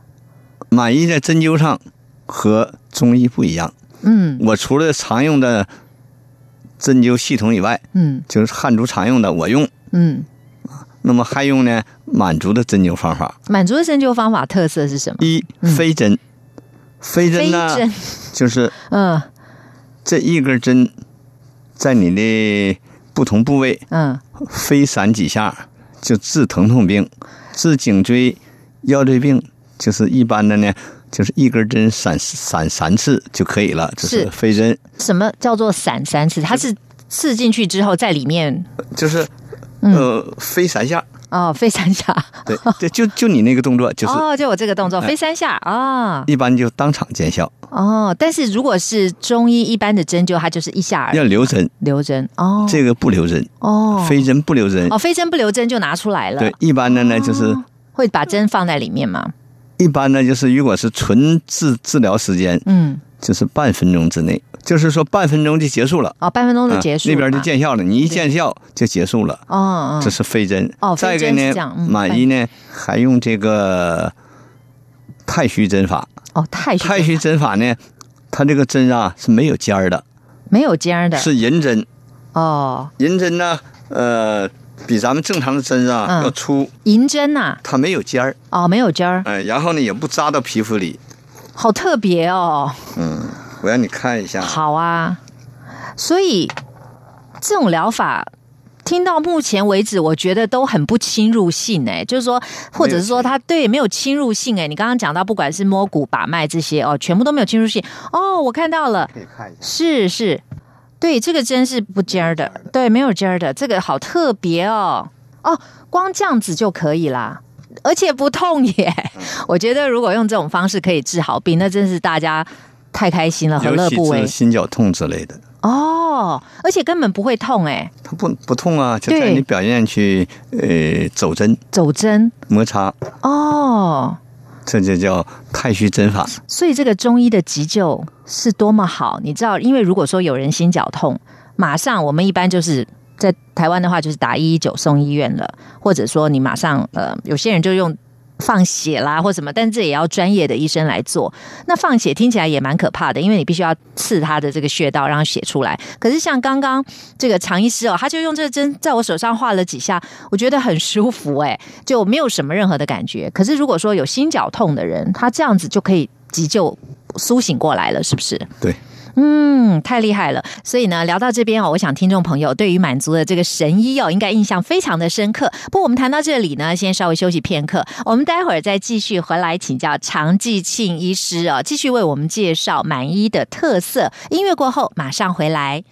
Speaker 2: 满医在针灸上和中医不一样，
Speaker 1: 嗯
Speaker 2: 我除了常用的针灸系统以外，
Speaker 1: 嗯
Speaker 2: 就是汉族常用的我用，
Speaker 1: 嗯，
Speaker 2: 那么还用呢满族的针灸方法。
Speaker 1: 满族的针灸方法特色是什么？
Speaker 2: 一飞针，飞针
Speaker 1: 嗯飞
Speaker 2: 呢
Speaker 1: 针，
Speaker 2: 就是
Speaker 1: 嗯
Speaker 2: 这一根针在你的不同部位
Speaker 1: 嗯，
Speaker 2: 飞闪几下就治疼痛病，治颈椎、腰椎病，就是一般的呢，就是一根针闪闪三次就可以了，这是
Speaker 1: 是
Speaker 2: 飞针，
Speaker 1: 什么叫做散三次？它是刺进去之后在里面
Speaker 2: 就是呃飞三下，
Speaker 1: 哦，飞三下，
Speaker 2: 对，
Speaker 1: 嗯
Speaker 2: 对，就就你那个动作，就是哎
Speaker 1: 哦，就我这个动作，飞三下啊、
Speaker 2: 一般就当场见效，
Speaker 1: 哦，但是如果是中医一般的针灸，它就是一下而已
Speaker 2: 要留针，
Speaker 1: 留针哦，
Speaker 2: 这个不留针，
Speaker 1: 哦，
Speaker 2: 飞针不留针
Speaker 1: 哦，，非针不留针就拿出来了，
Speaker 2: 对，一般的呢就是。
Speaker 1: 会把针放在里面吗？
Speaker 2: 一般呢，就是如果是纯治治疗时间，
Speaker 1: 嗯，
Speaker 2: 就是半分钟之内，就是说半分钟就结束了，
Speaker 1: 哦，半分钟就结束、
Speaker 2: 啊那边就，见效了。你一见效就结束了，
Speaker 1: 哦，嗯
Speaker 2: 这是飞针。
Speaker 1: 哦
Speaker 2: 再一
Speaker 1: 飞
Speaker 2: 个
Speaker 1: 针是
Speaker 2: 呢
Speaker 1: 这样，嗯
Speaker 2: 满意呢还用这个太虚针法。
Speaker 1: 哦，太虚
Speaker 2: 太虚针法呢，它这个针啊是没有尖儿的，
Speaker 1: 没有尖儿的，
Speaker 2: 是银针。
Speaker 1: 哦，
Speaker 2: 银针呢，呃，比咱们正常的针啊
Speaker 1: 嗯
Speaker 2: 要粗，
Speaker 1: 银针呐、
Speaker 2: 它没有尖儿，
Speaker 1: 哦，没有尖儿，
Speaker 2: 哎，然后呢也不扎到皮肤里。
Speaker 1: 好特别哦，
Speaker 2: 嗯，我让你看一下。
Speaker 1: 好啊，所以这种疗法。听到目前为止，我觉得都很不侵入性哎、就是说，或者是说它对没有侵入性哎、你刚刚讲到，不管是摸骨、把脉这些哦，全部都没有侵入性哦。我看到了，
Speaker 2: 可以看一下。
Speaker 1: 是是，对，这个针是不尖儿的，对，没有尖儿的，这个好特别哦。哦，光这样子就可以啦，而且不痛耶。我觉得如果用这种方式可以治好病，那真是大家太开心了，何
Speaker 2: 尤
Speaker 1: 乐不
Speaker 2: 其
Speaker 1: 为
Speaker 2: 是心绞痛之类的，
Speaker 1: 哦。而且根本不会痛哎，
Speaker 2: 它不不痛啊，就在
Speaker 1: 对
Speaker 2: 你表面去呃走针
Speaker 1: 走针
Speaker 2: 摩擦，
Speaker 1: 哦。
Speaker 2: 这就叫太虚针法。
Speaker 1: 所以这个中医的急救是多么好，你知道？因为如果说有人心绞痛，马上我们一般就是在台湾的话，就是打一一九送医院了，或者说你马上呃，有些人就用放血啦或什么，但这也要专业的医生来做。那放血听起来也蛮可怕的，因为你必须要刺他的这个穴道，让血出来。可是像刚刚这个常医师哦，他就用这个针在我手上画了几下，我觉得很舒服哎、就没有什么任何的感觉。可是如果说有心绞痛的人，他这样子就可以急救苏醒过来了，是不是？
Speaker 2: 对，
Speaker 1: 嗯，太厉害了！所以呢，聊到这边哦，我想听众朋友对于满族的这个神医哦，应该印象非常的深刻。不过我们谈到这里呢，先稍微休息片刻，我们待会儿再继续回来请教常继庆医师哦，继续为我们介绍满医的特色。音乐过后马上回来。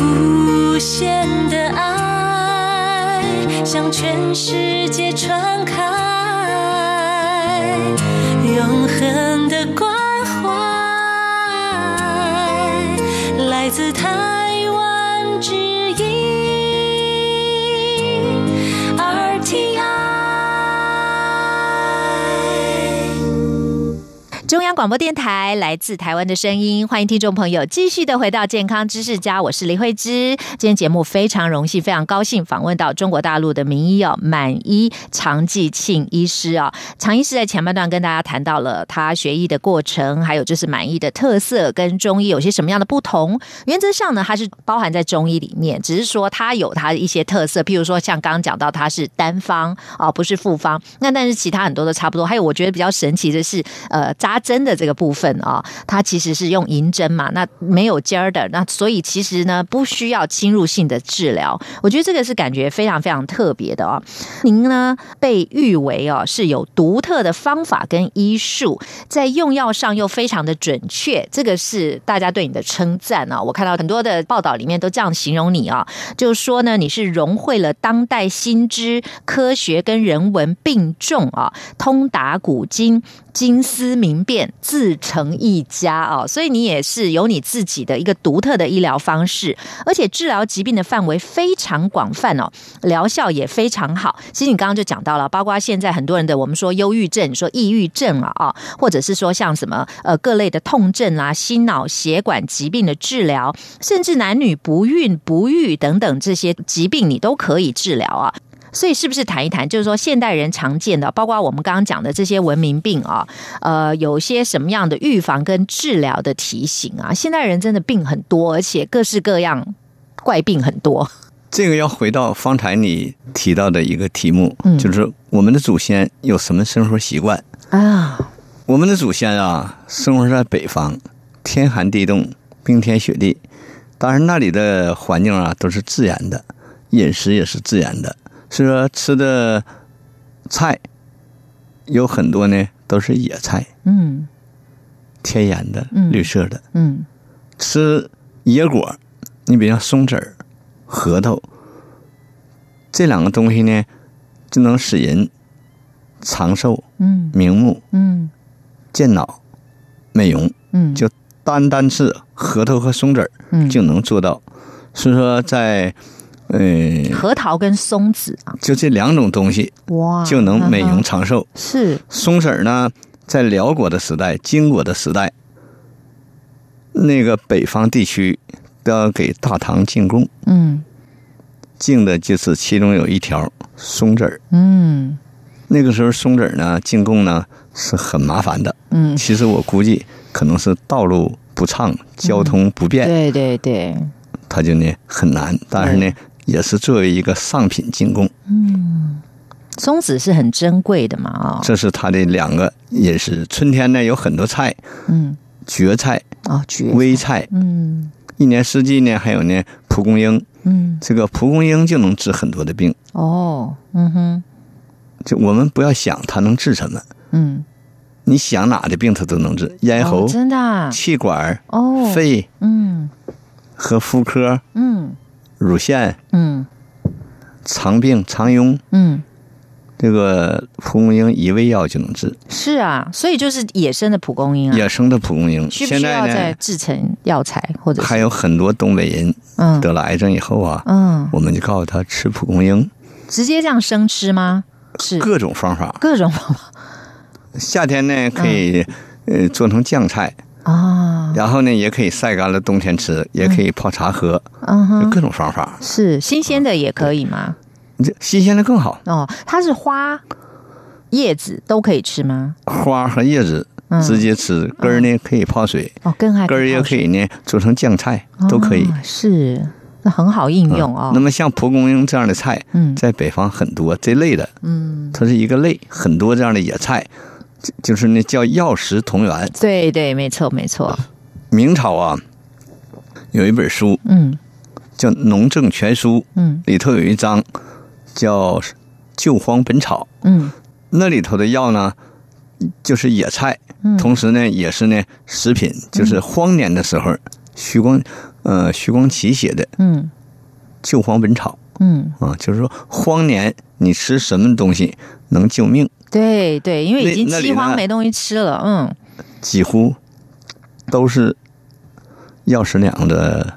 Speaker 3: 无限的爱向全世界传开，永恒的关怀来自台湾之音 RTI。
Speaker 1: 中央广播电台来自台湾的声音，欢迎听众朋友继续的回到健康知识家，我是李慧芝。今天节目非常荣幸，非常高兴访问到中国大陆的名医哦，满医常继庆医师哦。常医师在前半段跟大家谈到了他学医的过程，还有就是满医的特色跟中医有些什么样的不同。原则上呢，它是包含在中医里面，只是说它有它的一些特色，譬如说像刚刚讲到它是单方哦，不是复方。那但是其他很多都差不多。还有我觉得比较神奇的是，呃，扎针的这个部分啊、它其实是用银针嘛，那没有尖儿的，那所以其实呢不需要侵入性的治疗。我觉得这个是感觉非常非常特别的哦。您呢被誉为哦是有独特的方法跟医术，在用药上又非常的准确，这个是大家对你的称赞啊、我看到很多的报道里面都这样形容你啊、就是说呢，你是融汇了当代新知、科学跟人文并重啊，通达古今，经思明辨，自成一家啊。所以你也是有你自己的一个独特的医疗方式，而且治疗疾病的范围非常广泛哦，疗效也非常好。其实你刚刚就讲到了，包括现在很多人的我们说忧郁症、说抑郁症啊啊，或者是说像什么呃各类的痛症啦、心脑血管疾病的治疗，甚至男女不孕、不育等等这些疾病，你都可以治疗啊。所以是不是谈一谈，就是说现代人常见的，包括我们刚刚讲的这些文明病啊，呃，有些什么样的预防跟治疗的提醒啊？现代人真的病很多，而且各式各样怪病很多。
Speaker 2: 这个要回到方才你提到的一个题目，
Speaker 1: 嗯
Speaker 2: 就是我们的祖先有什么生活习惯？
Speaker 1: 啊，
Speaker 2: 我们的祖先啊，生活在北方，天寒地冻，冰天雪地，当然那里的环境啊都是自然的，饮食也是自然的，所以说吃的菜有很多呢都是野菜，
Speaker 1: 嗯
Speaker 2: 天然的、
Speaker 1: 嗯
Speaker 2: 绿色的。
Speaker 1: 嗯
Speaker 2: 吃野果，你比如像松子儿、核桃，这两个东西呢，就能使人长寿、
Speaker 1: 嗯
Speaker 2: 明目、
Speaker 1: 嗯
Speaker 2: 健脑、美容。
Speaker 1: 嗯，
Speaker 2: 就单单是核桃和松子儿
Speaker 1: 嗯
Speaker 2: 就能做到。所以说在，呃，
Speaker 1: 核桃跟松子啊，
Speaker 2: 就这两种东西
Speaker 1: 哇，
Speaker 2: 就能美容
Speaker 1: 嗯哼
Speaker 2: 长寿。
Speaker 1: 是
Speaker 2: 松子儿呢，在辽国的时代、金国的时代，那个北方地区都要给大唐进贡，
Speaker 1: 嗯
Speaker 2: 进的就是其中有一条松子儿。
Speaker 1: 嗯
Speaker 2: 那个时候松子儿呢，进贡呢是很麻烦的。
Speaker 1: 嗯，
Speaker 2: 其实我估计可能是道路不畅、交通不便，
Speaker 1: 对对对，
Speaker 2: 它就呢很难，但是呢也是作为一个上品进贡，
Speaker 1: 哦松子是很珍贵的嘛啊、
Speaker 2: 这是它的两个饮食。春天呢有很多菜，
Speaker 1: 嗯
Speaker 2: 蕨菜、
Speaker 1: 啊，蕨
Speaker 2: 微菜，
Speaker 1: 嗯
Speaker 2: 一年四季呢还有呢蒲公英，
Speaker 1: 嗯
Speaker 2: 这个蒲公英就能治很多的病。
Speaker 1: 哦嗯哼
Speaker 2: 就我们不要想它能治什么，
Speaker 1: 嗯，
Speaker 2: 你想哪的病它都能治，咽喉
Speaker 1: 哦、真的啊
Speaker 2: 气管、
Speaker 1: 哦，
Speaker 2: 肺
Speaker 1: 嗯
Speaker 2: 和妇科、
Speaker 1: 嗯
Speaker 2: 乳腺、
Speaker 1: 嗯
Speaker 2: 肠病、肠痈、
Speaker 1: 嗯
Speaker 2: 这个蒲公英一味药就能治，
Speaker 1: 是啊，所以就是野生的蒲公英啊，
Speaker 2: 野生的蒲公英。
Speaker 1: 需不需
Speaker 2: 现
Speaker 1: 要再
Speaker 2: 在
Speaker 1: 制成药材或者
Speaker 2: 呢，
Speaker 1: 是
Speaker 2: 还有很多东北人
Speaker 1: 嗯
Speaker 2: 得了癌症以后啊，
Speaker 1: 嗯，
Speaker 2: 我们就告诉他吃蒲公英，
Speaker 1: 直接这样生吃吗？是
Speaker 2: 各种方法。
Speaker 1: 各种方 法
Speaker 2: 夏天呢可以呃做成酱菜，
Speaker 1: 嗯啊，
Speaker 2: 然后呢也可以晒干了冬天吃，也可以泡茶喝，
Speaker 1: 嗯
Speaker 2: 就
Speaker 1: 哼，
Speaker 2: 各种方法。
Speaker 1: 是新鲜的也可以吗？
Speaker 2: 这新鲜的更好，
Speaker 1: 哦，它是花、叶子都可以吃吗？
Speaker 2: 花和叶子
Speaker 1: 嗯
Speaker 2: 直接吃，根儿呢可以泡水，
Speaker 1: 哦，根还
Speaker 2: 根儿也可以呢做成酱菜，
Speaker 1: 泡水
Speaker 2: 都可以。嗯
Speaker 1: 啊是那很好应用哦。
Speaker 2: 那么像蒲公英这样的菜，
Speaker 1: 嗯
Speaker 2: 在北方很多这类的，
Speaker 1: 嗯，
Speaker 2: 它是一个类，很多这样的野菜，就就是那叫药食同源。
Speaker 1: 对对，没错没错，
Speaker 2: 明朝啊，有一本书
Speaker 1: 嗯
Speaker 2: 叫《农政全书》，
Speaker 1: 嗯
Speaker 2: 里头有一章叫《救荒本草》，
Speaker 1: 嗯
Speaker 2: 那里头的药呢，就是野菜，同时呢也是呢食品，就是荒年的时候，徐光呃徐光启写的《
Speaker 1: 嗯
Speaker 2: 救荒本草》。
Speaker 1: 嗯，
Speaker 2: 啊，就是说荒年你吃什么东西能救命，
Speaker 1: 对对，因为已
Speaker 2: 那
Speaker 1: 经
Speaker 2: 那里
Speaker 1: 饥荒
Speaker 2: 呢
Speaker 1: 没东西吃了，嗯
Speaker 2: 几乎都是药食两的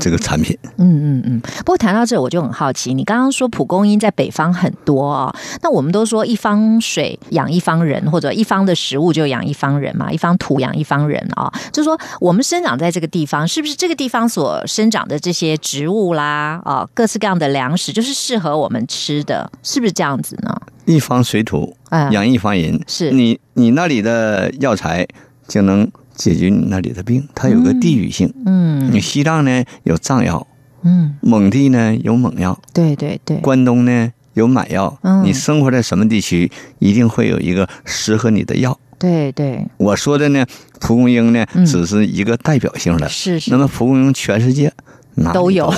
Speaker 2: 这个产品。
Speaker 1: 嗯嗯嗯。不过谈到这，我就很好奇，你刚刚说蒲公英在北方很多哦，那我们都说一方水养一方人，或者一方的食物就养一方人嘛，一方土养一方人哦，就说我们生长在这个地方，是不是这个地方所生长的这些植物啦，哦，各式各样的粮食就是适合我们吃的，是不是这样子呢？
Speaker 2: 一方水土
Speaker 1: 啊
Speaker 2: 养一方人，
Speaker 1: 是
Speaker 2: 你你那里的药材就能解决你那里的病，它有个地域性。
Speaker 1: 嗯
Speaker 2: 你西藏呢有藏药，
Speaker 1: 嗯，
Speaker 2: 蒙地呢有蒙药，
Speaker 1: 对对对，
Speaker 2: 关东呢有满药。
Speaker 1: 嗯
Speaker 2: 你生活在什么地区，一定会有一个适合你的药。
Speaker 1: 对对
Speaker 2: 我说的呢，蒲公英呢
Speaker 1: 嗯，
Speaker 2: 只是一个代表性的。
Speaker 1: 是是
Speaker 2: 那么蒲公英全世界哪里
Speaker 1: 都
Speaker 2: 都
Speaker 1: 有
Speaker 2: 啊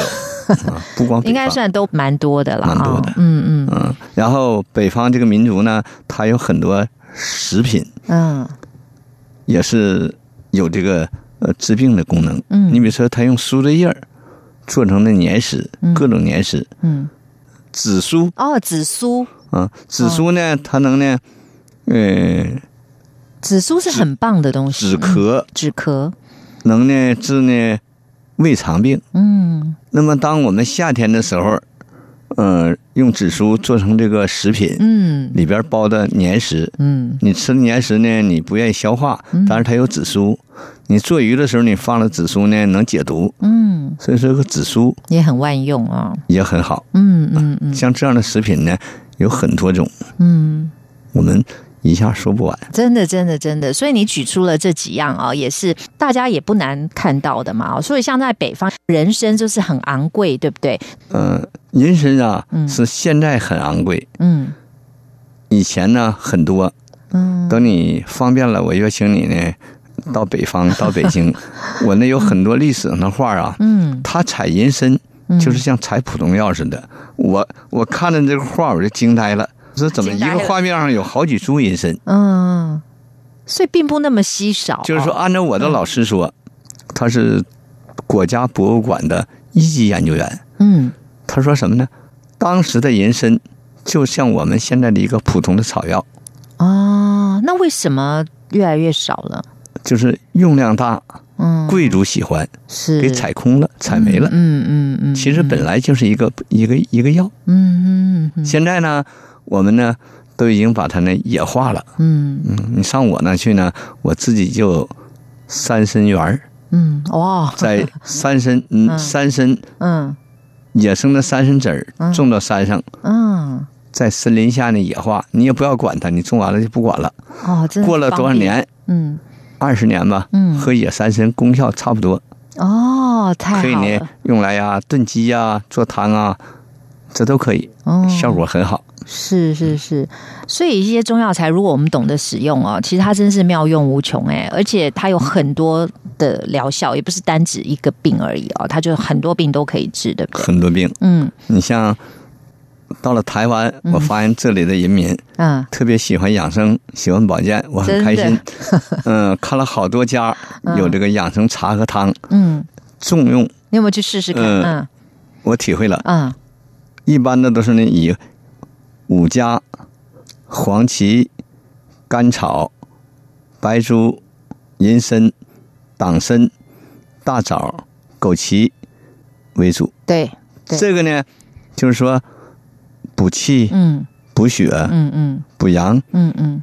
Speaker 2: 不光 北
Speaker 1: 应该
Speaker 2: 方。
Speaker 1: 算都蛮多的了，
Speaker 2: 蛮多的
Speaker 1: 哦嗯嗯
Speaker 2: 嗯，然后北方这个民族呢，它有很多食品，
Speaker 1: 嗯
Speaker 2: 也是有这个呃治病的功能。
Speaker 1: 嗯
Speaker 2: 你比如说，它用苏子叶儿做成的粘食，各种粘食，
Speaker 1: 嗯，
Speaker 2: 紫苏
Speaker 1: 哦，紫苏，
Speaker 2: 啊，紫苏呢，
Speaker 1: 哦
Speaker 2: 它能呢，呃，
Speaker 1: 紫苏是很棒的东西，
Speaker 2: 止咳，
Speaker 1: 止咳，
Speaker 2: 能呢治呢胃肠病。
Speaker 1: 嗯
Speaker 2: 那么，当我们夏天的时候，呃，用紫苏做成这个食品，
Speaker 1: 嗯
Speaker 2: 里边包的粘食，
Speaker 1: 嗯
Speaker 2: 你吃的粘食呢，你不愿意消化，但是它有紫苏。你做鱼的时候，你放了紫苏呢，能解毒，
Speaker 1: 嗯，
Speaker 2: 所以说个紫苏
Speaker 1: 也很万用啊，
Speaker 2: 也很好。
Speaker 1: 嗯
Speaker 2: 啊
Speaker 1: 嗯嗯
Speaker 2: 像这样的食品呢，有很多种，
Speaker 1: 嗯，
Speaker 2: 我们一下说不完。
Speaker 1: 真的真的真的，所以你举出了这几样啊、也是大家也不难看到的嘛，哦所以像在北方，人参就是很昂贵，对不对？
Speaker 2: 嗯、人参啊
Speaker 1: 嗯，
Speaker 2: 是现在很昂贵，
Speaker 1: 嗯
Speaker 2: 以前呢很多。
Speaker 1: 嗯
Speaker 2: 等你方便了，我邀请你呢到 北方，到北京。我那有很多历史上的画啊，
Speaker 1: 嗯
Speaker 2: 他采人参
Speaker 1: 嗯，
Speaker 2: 就是像采普通药似的。我我看着这个画，我就惊呆了。说怎么一
Speaker 1: 惊呆
Speaker 2: 个
Speaker 1: 了
Speaker 2: 画面上有好几株人参？
Speaker 1: 嗯，所以并不那么稀少，啊
Speaker 2: 就是说，，按照我
Speaker 1: 嗯
Speaker 2: 的老师说，他是国家博物馆的一级研究员。
Speaker 1: 嗯
Speaker 2: 他说什么呢？当时的人参就像我们现在的一个普通的草药，
Speaker 1: 啊，那为什么越来越少了？
Speaker 2: 就是用量大，
Speaker 1: 嗯，
Speaker 2: 贵族喜欢，
Speaker 1: 是
Speaker 2: 给采空了，采没了。
Speaker 1: 嗯嗯嗯，
Speaker 2: 其实本来就是一个一个一个药。
Speaker 1: 嗯嗯嗯
Speaker 2: 现在呢，我们呢都已经把它呢野化了。
Speaker 1: 嗯
Speaker 2: 嗯，你上我那去呢，我自己就有三参园儿，
Speaker 1: 嗯，哇，
Speaker 2: 在三参，嗯，三参
Speaker 1: 嗯
Speaker 2: 野生的三参籽儿种到山上，
Speaker 1: 嗯
Speaker 2: 在森林下呢野化，你也不要管它，你种完了就不管了。
Speaker 1: 哦，真的
Speaker 2: 过了多少
Speaker 1: 方便？
Speaker 2: 年，
Speaker 1: 嗯，
Speaker 2: 二十年吧，
Speaker 1: 嗯
Speaker 2: 和野三参功效差不多，
Speaker 1: 哦，太
Speaker 2: 可以
Speaker 1: 好
Speaker 2: 呢
Speaker 1: 了，
Speaker 2: 用来呀炖鸡呀、做汤啊，这都可以，
Speaker 1: 嗯，
Speaker 2: 效果很好。
Speaker 1: 是是是，所以一些中药材，如果我们懂得使用哦，其实它真是妙用无穷哎，而且它有很多的疗效，也不是单指一个病而已哦，它就很多病都可以治，对不对？
Speaker 2: 很多病，
Speaker 1: 嗯
Speaker 2: 你像到了台湾，我发现这里的人民
Speaker 1: 嗯
Speaker 2: 特别喜欢养生，喜欢保健，我很开心。嗯，看了好 多家有这个养生茶和汤，
Speaker 1: 嗯，
Speaker 2: 重用
Speaker 1: 你有没有去试试看？
Speaker 2: 嗯
Speaker 1: 嗯
Speaker 2: 我体会了，
Speaker 1: 嗯
Speaker 2: 一般的都是呢以五加、黄芪、甘草、白术、人参、党参、大枣、枸杞为主。
Speaker 1: 对，对
Speaker 2: 这个呢，就是说补气、
Speaker 1: 嗯
Speaker 2: 补血、
Speaker 1: 嗯嗯
Speaker 2: 补阳，
Speaker 1: 嗯嗯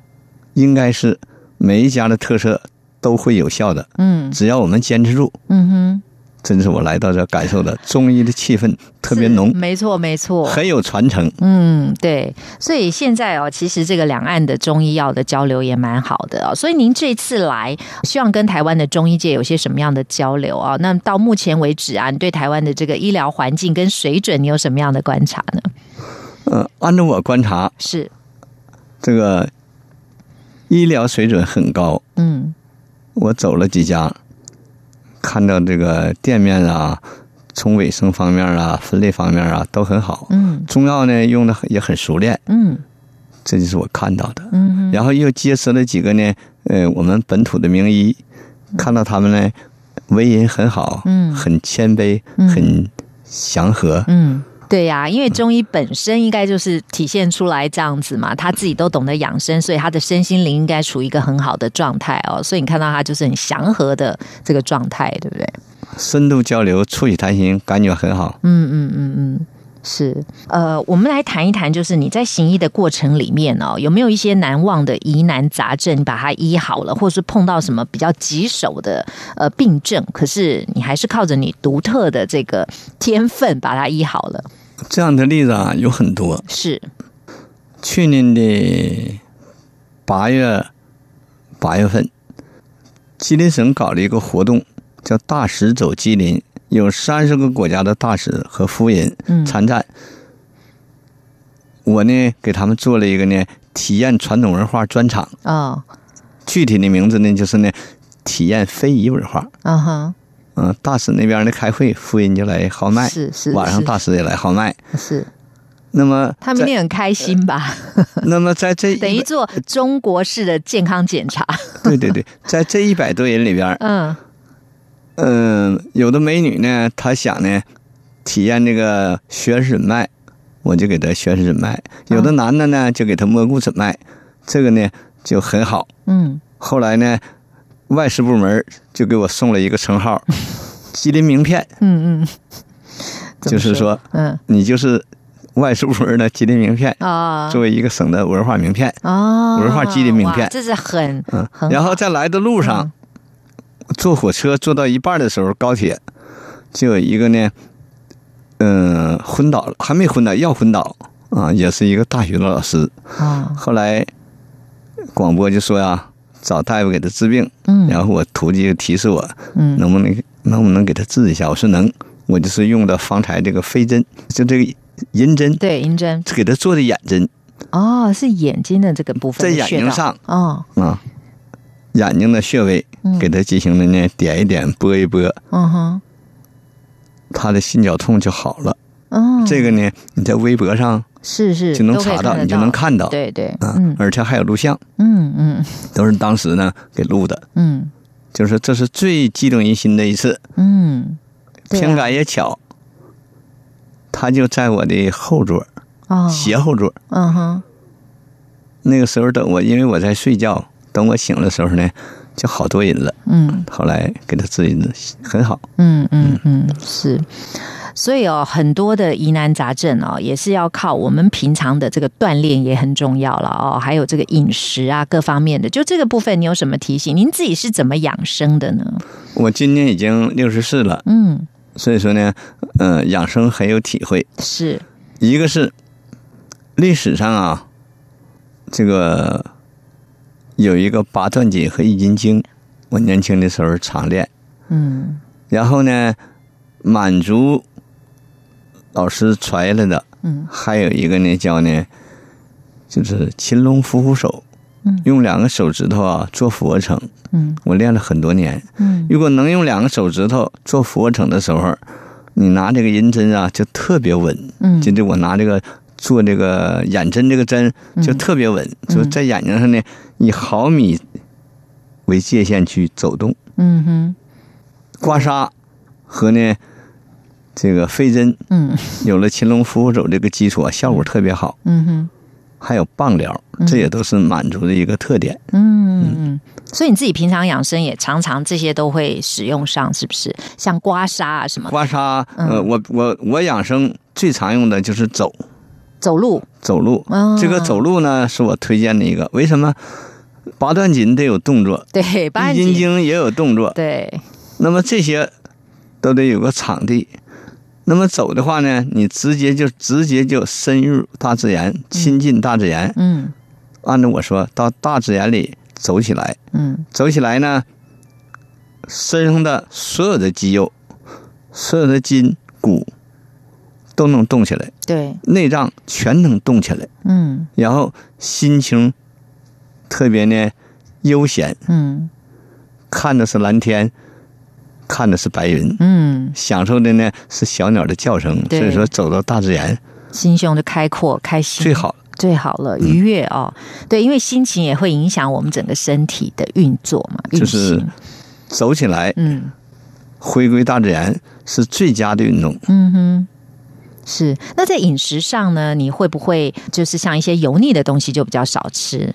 Speaker 2: 应该是每一家的特色都会有效的。
Speaker 1: 嗯
Speaker 2: 只要我们坚持住，
Speaker 1: 嗯哼，
Speaker 2: 真是我来到这感受的中医的气氛特别浓
Speaker 1: 是，没错没错，
Speaker 2: 很有传承。
Speaker 1: 嗯，对，所以现在哦，其实这个两岸的中医药的交流也蛮好的哦。所以您这次来，希望跟台湾的中医界有些什么样的交流啊、那到目前为止啊，你对台湾的这个医疗环境跟水准，你有什么样的观察呢？
Speaker 2: 呃，按照我观察，
Speaker 1: 是，
Speaker 2: 这个医疗水准很高。
Speaker 1: 嗯
Speaker 2: 我走了几家，看到这个店面啊，从卫生方面啊、分类方面啊都很好。
Speaker 1: 嗯
Speaker 2: 中药呢用的也很熟练，
Speaker 1: 嗯
Speaker 2: 这就是我看到的。
Speaker 1: 嗯
Speaker 2: 然后又结识了几个呢，呃，我们本土的名医，看到他们呢，为人很好，
Speaker 1: 嗯
Speaker 2: 很谦卑，
Speaker 1: 嗯
Speaker 2: 很祥和，
Speaker 1: 嗯。对呀、因为中医本身应该就是体现出来这样子嘛，他自己都懂得养生，所以他的身心灵应该处于一个很好的状态哦。所以你看到他就是很祥和的这个状态，对不对？
Speaker 2: 深度交流，触底谈心，感觉很好。
Speaker 1: 嗯嗯嗯嗯，是。呃，我们来谈一谈，就是你在行医的过程里面哦，有没有一些难忘的疑难杂症，把它医好了，或是碰到什么比较棘手的呃病症，可是你还是靠着你独特的这个天分把它医好了？
Speaker 2: 这样的例子啊有很多。
Speaker 1: 是，
Speaker 2: 去年的八月八月份，吉林省搞了一个活动，叫“大使走吉林”，有三十个国家的大使和夫人
Speaker 1: 嗯
Speaker 2: 参战。我呢，给他们做了一个呢体验传统文化专场，
Speaker 1: 哦，
Speaker 2: 具体的名字呢就是呢体验非遗文化。
Speaker 1: 嗯哼，
Speaker 2: 嗯、大使那边呢开会，夫人就来号脉，
Speaker 1: 是是
Speaker 2: 晚上
Speaker 1: 是
Speaker 2: 大使也来号脉。
Speaker 1: 是，
Speaker 2: 那么
Speaker 1: 他们一
Speaker 2: 在
Speaker 1: 定很开心吧？
Speaker 2: 那么在这
Speaker 1: 等于做中国式的健康检查，
Speaker 2: 对对对，在这一百多人里边，
Speaker 1: 嗯
Speaker 2: 嗯，有的美女呢，她想呢体验这个血水脉，我就给她血水脉；有的男的呢，就给她摸骨诊脉，这个呢就很好。
Speaker 1: 嗯，
Speaker 2: 后来呢，外事部门就给我送了一个称 号——吉林名片，
Speaker 1: 嗯怎么
Speaker 2: 就是说，
Speaker 1: 嗯
Speaker 2: 你就是外事部门的吉林名片，
Speaker 1: 啊
Speaker 2: 作为一个省的文化名片。
Speaker 1: 哦，
Speaker 2: 文化基因名片
Speaker 1: 哇这是很
Speaker 2: 嗯
Speaker 1: 很，嗯
Speaker 2: 然后在来的路上，坐火车坐到一半的时候，高铁就有一个呢，嗯、昏倒了，还没昏倒，要昏倒啊，也是一个大学的老师。
Speaker 1: 啊，
Speaker 2: 后来广播就说呀、找大夫给他治病。
Speaker 1: 嗯
Speaker 2: 然后我徒弟就提示我，
Speaker 1: 嗯
Speaker 2: 能不能能不能给他治一下？我说能，我就是用的方才这个飞针，就这个银针，
Speaker 1: 对，银针
Speaker 2: 给他做的眼针
Speaker 1: 哦，是眼睛的这个部分，
Speaker 2: 在眼睛上
Speaker 1: 哦，
Speaker 2: 啊，眼睛的穴位
Speaker 1: 嗯
Speaker 2: 给他进行了呢点一点，拨一拨。
Speaker 1: 嗯哼，
Speaker 2: 他的心绞痛就好了。
Speaker 1: 嗯，
Speaker 2: 这个呢，你在微博上
Speaker 1: 是是
Speaker 2: 就能
Speaker 1: 都可以
Speaker 2: 查
Speaker 1: 看
Speaker 2: 到，
Speaker 1: 得
Speaker 2: 你就能看到，
Speaker 1: 对对，
Speaker 2: 啊
Speaker 1: 嗯，
Speaker 2: 而且还有录像，
Speaker 1: 嗯嗯
Speaker 2: 都是当时呢给录的。
Speaker 1: 嗯
Speaker 2: 就是这是最激动人心的一次，
Speaker 1: 嗯，对
Speaker 2: 偏
Speaker 1: 啊
Speaker 2: 赶也巧，他就在我的后座，
Speaker 1: 哦，
Speaker 2: 斜后座。
Speaker 1: 嗯哼，
Speaker 2: 那个时候等我，因为我在睡觉，等我醒的时候呢，就好多人了。
Speaker 1: 嗯。
Speaker 2: 后来给他治的很好，
Speaker 1: 嗯嗯嗯，是。所以哦，很多的疑难杂症哦，也是要靠我们平常的这个锻炼也很重要了哦，还有这个饮食啊各方面的，就这个部分你有什么提醒？您自己是怎么养生的呢？
Speaker 2: 我今年已经六十四了，
Speaker 1: 嗯，
Speaker 2: 所以说呢，嗯、养生很有体会。
Speaker 1: 是，
Speaker 2: 一个是历史上啊，这个有一个八段锦和易筋经，我年轻的时候常练。
Speaker 1: 嗯
Speaker 2: 然后呢，满族老师传下来的，
Speaker 1: 嗯
Speaker 2: 还有一个呢叫呢，就是擒龙伏虎手，
Speaker 1: 嗯
Speaker 2: 用两个手指头啊做俯卧撑，
Speaker 1: 嗯
Speaker 2: 我练了很多年。
Speaker 1: 嗯
Speaker 2: 如果能用两个手指头做俯卧撑的时候，你拿这个银针啊就特别稳。
Speaker 1: 嗯
Speaker 2: 就这我拿这个做这个眼针这个针
Speaker 1: 嗯
Speaker 2: 就特别稳，就在眼睛上呢以毫米为界限去走动。
Speaker 1: 嗯哼
Speaker 2: 刮痧和呢这个飞针
Speaker 1: 嗯
Speaker 2: 有了擒龙伏虎手这个基础啊，效果特别好。
Speaker 1: 嗯哼
Speaker 2: 还有棒疗，这也都是满族的一个特点。
Speaker 1: 嗯，所以你自己平常养生也常常这些都会使用上，是不是？像刮痧啊什么，
Speaker 2: 刮痧，呃，我我我养生最常用的就是走
Speaker 1: 走路，
Speaker 2: 走路
Speaker 1: 哦，
Speaker 2: 这个走路呢是我推荐的一个。为什么？八段锦得有动作，
Speaker 1: 对，八段
Speaker 2: 易筋
Speaker 1: 锦，
Speaker 2: 经也有动作，
Speaker 1: 对，
Speaker 2: 那么这些都得有个场地。那么走的话呢，你直接就直接就深入大自然，亲近大自然。
Speaker 1: 嗯
Speaker 2: 按照我说，到大自然里走起来，
Speaker 1: 嗯
Speaker 2: 走起来呢，身上的所有的肌肉、所有的筋骨都能动起来，
Speaker 1: 对，
Speaker 2: 内脏全能动起来，
Speaker 1: 嗯
Speaker 2: 然后心情特别呢悠闲，
Speaker 1: 嗯
Speaker 2: 看的是蓝天，看的是白云，
Speaker 1: 嗯，
Speaker 2: 享受的呢是小鸟的叫声。所
Speaker 1: 对嗯
Speaker 2: 以说，走到大自然
Speaker 1: 心胸就开阔，开心
Speaker 2: 最好。嗯
Speaker 1: 最好了，愉悦哦。对，因为心情也会影响我们整个身体的运作嘛，运
Speaker 2: 就是
Speaker 1: 行。
Speaker 2: 走起来，
Speaker 1: 嗯
Speaker 2: 回归大自然是最佳的运动。
Speaker 1: 嗯哼，是。那在饮食上呢，你会不会就是像一些油腻的东西就比较少吃？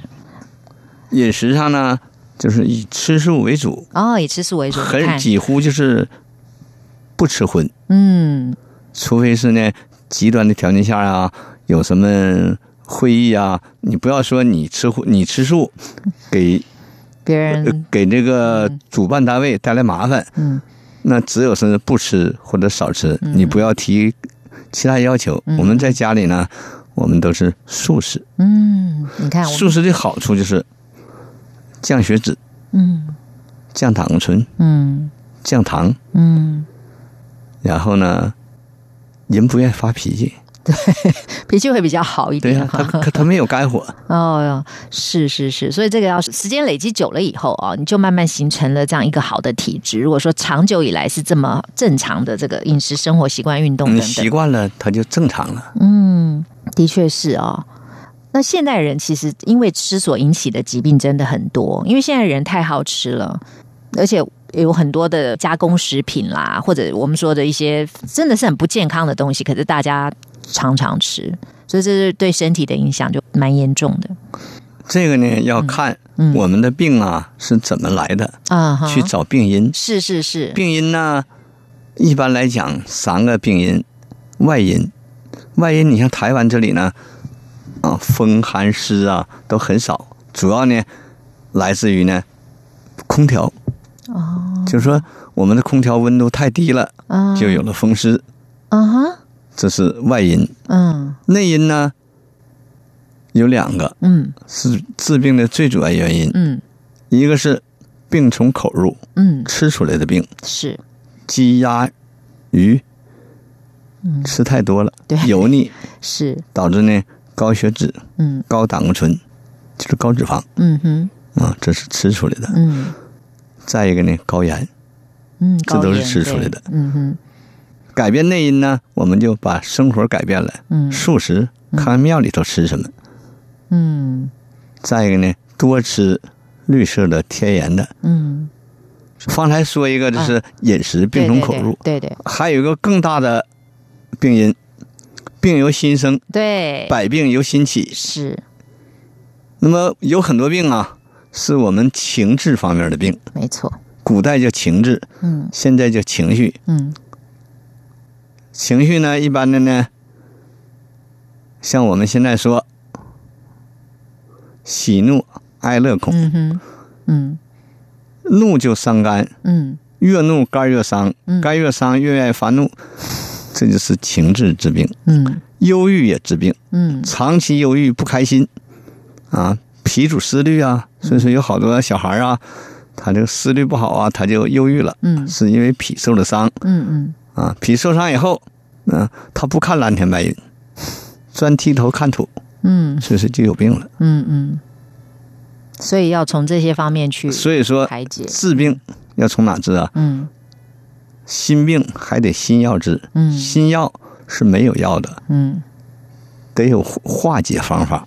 Speaker 2: 饮食上呢，就是以吃素为主。
Speaker 1: 哦，以吃素为主，你
Speaker 2: 很
Speaker 1: 看，
Speaker 2: 几乎就是不吃荤，
Speaker 1: 嗯
Speaker 2: 除非是呢极端的条件下啊，有什么会议啊，你不要说你吃荤，你吃素给、
Speaker 1: 别
Speaker 2: 呃
Speaker 1: 人
Speaker 2: 给这个主办单位带来麻烦，
Speaker 1: 嗯
Speaker 2: 那只有是不吃或者少吃，你不要提其他要求。我们在家里呢，我们都是素食，
Speaker 1: 嗯，你看我
Speaker 2: 素食的好处就是降血脂、
Speaker 1: 嗯
Speaker 2: 降胆固醇、
Speaker 1: 嗯
Speaker 2: 降糖，
Speaker 1: 嗯，
Speaker 2: 然后呢，人不愿意发 脾气。
Speaker 1: 脾气会比较好一
Speaker 2: 对
Speaker 1: 点
Speaker 2: 呀、
Speaker 1: 哈。
Speaker 2: 他他没有 肝火，
Speaker 1: 哦，是是是，所以这个要是时间累积久了以后啊、你就慢慢形成了这样一个好的体质。如果说长久以来是这么正常的这个饮食、生活习惯、运动
Speaker 2: 你
Speaker 1: 等
Speaker 2: 习
Speaker 1: 等，
Speaker 2: 惯了他就正常了。
Speaker 1: 嗯，的确是哦。那现代人其实因为吃所引起的疾病真的很多，因为现在人太好吃了，而且有很多的加工食品啦，或者我们说的一些真的是很不健康的东西，可是大家常常吃，所以这是对身体的影响就蛮严重的。
Speaker 2: 这个呢要看
Speaker 1: 嗯
Speaker 2: 我们的病啊、是怎么来的，
Speaker 1: 啊哈，
Speaker 2: 去找病因。
Speaker 1: 是是是，
Speaker 2: 病因呢，一般来讲三个病因：外因，外因你像台湾这里呢，啊，风寒湿啊都很少，主要呢来自于呢空调。哦，就是说我们的空调温度太低了，
Speaker 1: 啊
Speaker 2: 就有了风湿，
Speaker 1: 啊哈，
Speaker 2: 这是外因。
Speaker 1: 嗯
Speaker 2: 内因呢有两个
Speaker 1: 嗯
Speaker 2: 是治病的最主要原因，
Speaker 1: 嗯
Speaker 2: 一个是病从口入，
Speaker 1: 嗯，
Speaker 2: 吃出来的病，
Speaker 1: 是
Speaker 2: 鸡鸭鱼，吃太多了
Speaker 1: 嗯对，
Speaker 2: 油腻
Speaker 1: 是，
Speaker 2: 导致呢高血脂、
Speaker 1: 嗯
Speaker 2: 高胆固醇，就是高脂肪
Speaker 1: 嗯哼，
Speaker 2: 啊，这是吃出来的。
Speaker 1: 嗯
Speaker 2: 再一个呢，高盐。
Speaker 1: 嗯，
Speaker 2: 这
Speaker 1: 高
Speaker 2: 都是
Speaker 1: 盐
Speaker 2: 吃出
Speaker 1: 对
Speaker 2: 来的
Speaker 1: 嗯哼，
Speaker 2: 改变内因呢，我们就把生活改变了，
Speaker 1: 嗯
Speaker 2: 素食，看看庙里头吃什么。
Speaker 1: 嗯
Speaker 2: 再一个呢，多吃绿色的、天然的，
Speaker 1: 嗯，啊
Speaker 2: 方才说一个就是饮食病从口入，
Speaker 1: 对对
Speaker 2: 还有一个更大的病因，病由心生，
Speaker 1: 对，对
Speaker 2: 百病由心起。
Speaker 1: 是
Speaker 2: 那么有很多病啊，是我们情志方面的病，
Speaker 1: 没错，
Speaker 2: 古代叫情志，
Speaker 1: 嗯
Speaker 2: 现在叫情绪。
Speaker 1: 嗯
Speaker 2: 情绪呢，一般的呢，像我们现在说，喜怒哀乐恐，
Speaker 1: 嗯哼，嗯
Speaker 2: 怒就伤肝，
Speaker 1: 嗯
Speaker 2: 越怒肝越伤，肝越伤越愿意发怒，这就是情志之病。
Speaker 1: 嗯
Speaker 2: 忧郁也治病，
Speaker 1: 嗯
Speaker 2: 长期忧郁不开心啊，脾主思虑啊，所以说有好多小孩啊，他这个思虑不好啊，他就忧郁了，
Speaker 1: 嗯
Speaker 2: 是因为脾受了伤
Speaker 1: 嗯嗯，
Speaker 2: 啊，脾受伤以后，嗯、他不看蓝天白云，专剃头看土，
Speaker 1: 嗯
Speaker 2: 所以说就有病了。
Speaker 1: 嗯嗯，所以要从这些方面去
Speaker 2: 所以说
Speaker 1: 排解，
Speaker 2: 治病要从哪治啊？
Speaker 1: 嗯
Speaker 2: 心病还得心药治，
Speaker 1: 嗯
Speaker 2: 心药是没有药的，
Speaker 1: 嗯，
Speaker 2: 得有化解方法，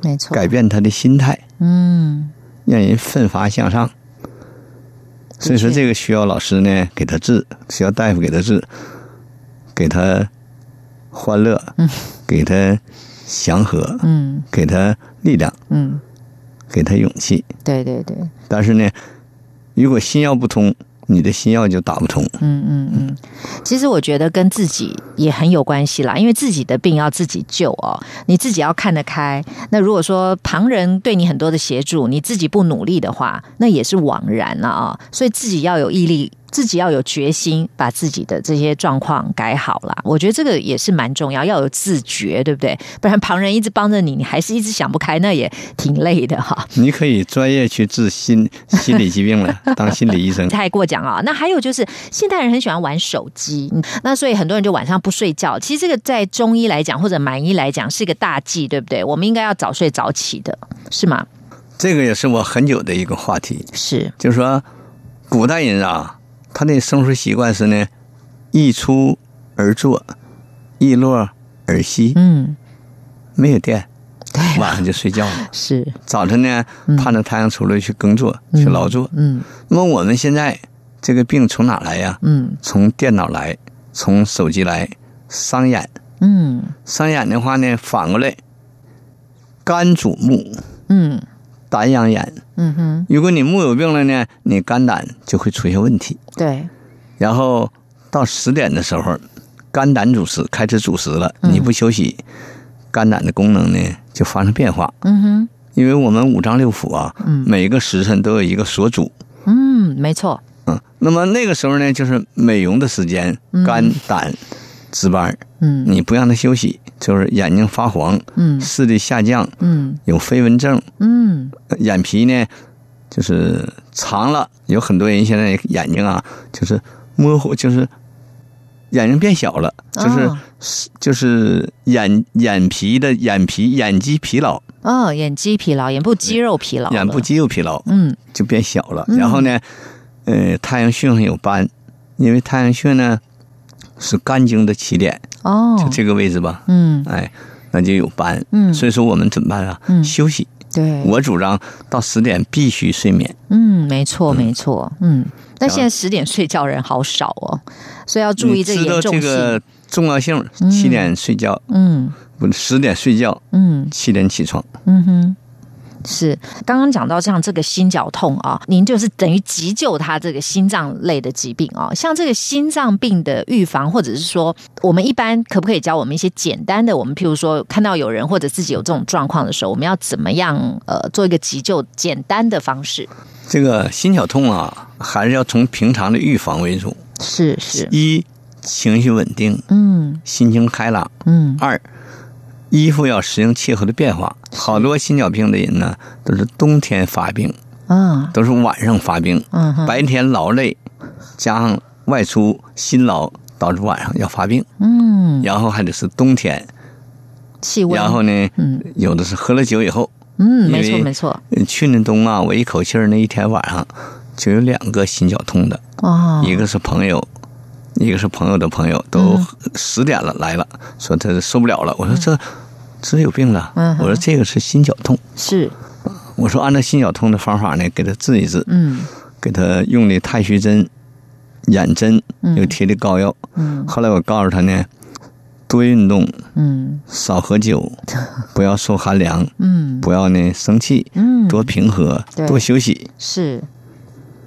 Speaker 1: 没错，
Speaker 2: 改变他的心态。
Speaker 1: 嗯
Speaker 2: 让人奋发向上。所以说，这个需要老师呢给他治，需要大夫给他治，给他欢乐，给他祥和，
Speaker 1: 嗯
Speaker 2: 给他力量，
Speaker 1: 嗯，
Speaker 2: 给他勇气。
Speaker 1: 对对对，
Speaker 2: 但是呢，如果心要不通，你的心要就打不通。
Speaker 1: 嗯嗯嗯。其实我觉得跟自己也很有关系啦，因为自己的病要自己救哦，你自己要看得开。那如果说旁人对你很多的协助，你自己不努力的话，那也是枉然了啊、所以自己要有毅力。自己要有决心，把自己的这些状况改好啦。我觉得这个也是蛮重要，要有自觉，对不对？不然旁人一直帮着你，你还是一直想不开，那也挺累的哈。
Speaker 2: 你可以专业去治心心理疾病了，当心理 医生。
Speaker 1: 太过奖啊。那还有就是，现代人很喜欢玩手机，嗯那所以很多人就晚上不睡觉。其实这个在中医来讲或者蛮医来讲是一个大忌，对不对？我们应该要早睡早起的，是吗？
Speaker 2: 这个也是我很久的一个话题，
Speaker 1: 是，
Speaker 2: 就是说，古代人啊，他的生活习惯是呢，一出而作，一落而息，
Speaker 1: 嗯，
Speaker 2: 没有电，
Speaker 1: 对
Speaker 2: 晚上就睡觉了。
Speaker 1: 是，
Speaker 2: 早晨呢，盼着太阳出来去耕作、去劳作。
Speaker 1: 嗯
Speaker 2: 那么我们现在这个病从哪来呀？
Speaker 1: 嗯
Speaker 2: 从电脑来，从手机来，伤眼。
Speaker 1: 嗯
Speaker 2: 伤眼的话呢，反过来，肝主目，
Speaker 1: 嗯
Speaker 2: 胆养眼。
Speaker 1: 嗯哼，
Speaker 2: 如果你目有病了呢，你肝胆就会出现问题。
Speaker 1: 对，
Speaker 2: 然后到十点的时候，肝胆主食开始主食了，
Speaker 1: 嗯
Speaker 2: 你不休息，肝胆的功能呢就发生变化。
Speaker 1: 嗯哼，
Speaker 2: 因为我们五脏六腑啊，每一个时辰都有一个所主。
Speaker 1: 嗯，没错，
Speaker 2: 嗯，那么那个时候呢，就是美容的时间，肝胆值班儿，
Speaker 1: 嗯
Speaker 2: 你不让他休息，就是眼睛发黄，
Speaker 1: 嗯
Speaker 2: 视力下降，
Speaker 1: 嗯
Speaker 2: 有飞蚊症，
Speaker 1: 嗯
Speaker 2: 呃眼皮呢就是长了，有很多人现在眼睛啊就是模糊，就是眼睛变小了，就是、
Speaker 1: 哦
Speaker 2: 就是眼眼皮的眼皮眼肌疲劳，
Speaker 1: 哦，眼肌疲劳，眼部肌肉疲劳，
Speaker 2: 眼部，肌肉疲劳，
Speaker 1: 嗯
Speaker 2: 就变小了。然后呢，呃，太阳穴上有斑，因为太阳穴呢是肝经的起点，
Speaker 1: 哦
Speaker 2: 就，这个位置吧，
Speaker 1: 嗯
Speaker 2: 哎，那就有斑。
Speaker 1: 嗯
Speaker 2: 所以说我们怎么办啊？
Speaker 1: 嗯
Speaker 2: 休息。
Speaker 1: 对，
Speaker 2: 我主张到十点必须睡眠。
Speaker 1: 嗯，没错，没错，嗯。但现在十点睡觉人好少哦，所以要注意这个
Speaker 2: 你知
Speaker 1: 严
Speaker 2: 道
Speaker 1: 重
Speaker 2: 这
Speaker 1: 性。
Speaker 2: 个重要性，七点睡觉，
Speaker 1: 嗯
Speaker 2: 不十点睡觉，
Speaker 1: 嗯
Speaker 2: 七点起床。
Speaker 1: 嗯哼，是。刚刚讲到像这个心绞痛啊，您就是等于急救他这个心脏类的疾病啊。像这个心脏病的预防，或者是说我们一般可不可以教我们一些简单的？我们譬如说看到有人或者自己有这种状况的时候，我们要怎么样呃做一个急救简单的方式？
Speaker 2: 这个心绞痛啊，还是要从平常的预防为主。
Speaker 1: 是是，
Speaker 2: 一，情绪稳定，
Speaker 1: 嗯
Speaker 2: 心情开朗。
Speaker 1: 嗯
Speaker 2: 二，衣服要适应气候的变化。好多心绞病的人呢，都是冬天发病，
Speaker 1: 啊
Speaker 2: 都是晚上发病，
Speaker 1: 嗯哼
Speaker 2: 白天劳累，加上外出辛劳，导致晚上要发病。
Speaker 1: 嗯，
Speaker 2: 然后还得是冬天，
Speaker 1: 气温，
Speaker 2: 然后呢，
Speaker 1: 嗯
Speaker 2: 有的是喝了酒以后，
Speaker 1: 嗯，
Speaker 2: 因
Speaker 1: 没错
Speaker 2: 为
Speaker 1: 没错，
Speaker 2: 呃去年冬啊，我一口气儿那一天晚上就有两个心绞痛的，
Speaker 1: 哦，
Speaker 2: 一个是朋友，一个是朋友的朋友，都
Speaker 1: 嗯
Speaker 2: 十点了来了，说他受不了了。我说这这有病了，
Speaker 1: 嗯哼
Speaker 2: 我说这个是心绞痛，
Speaker 1: 是，
Speaker 2: 我说按照心绞痛的方法呢，给他治一治，
Speaker 1: 嗯
Speaker 2: 给他用的太虚针、眼针，又贴的膏药。
Speaker 1: 嗯
Speaker 2: 后来我告诉他呢，多运动，
Speaker 1: 嗯
Speaker 2: 少 喝酒，不要受寒凉，
Speaker 1: 嗯
Speaker 2: 不要呢生气，
Speaker 1: 嗯，
Speaker 2: 多平和，
Speaker 1: 对
Speaker 2: 多休息。
Speaker 1: 是，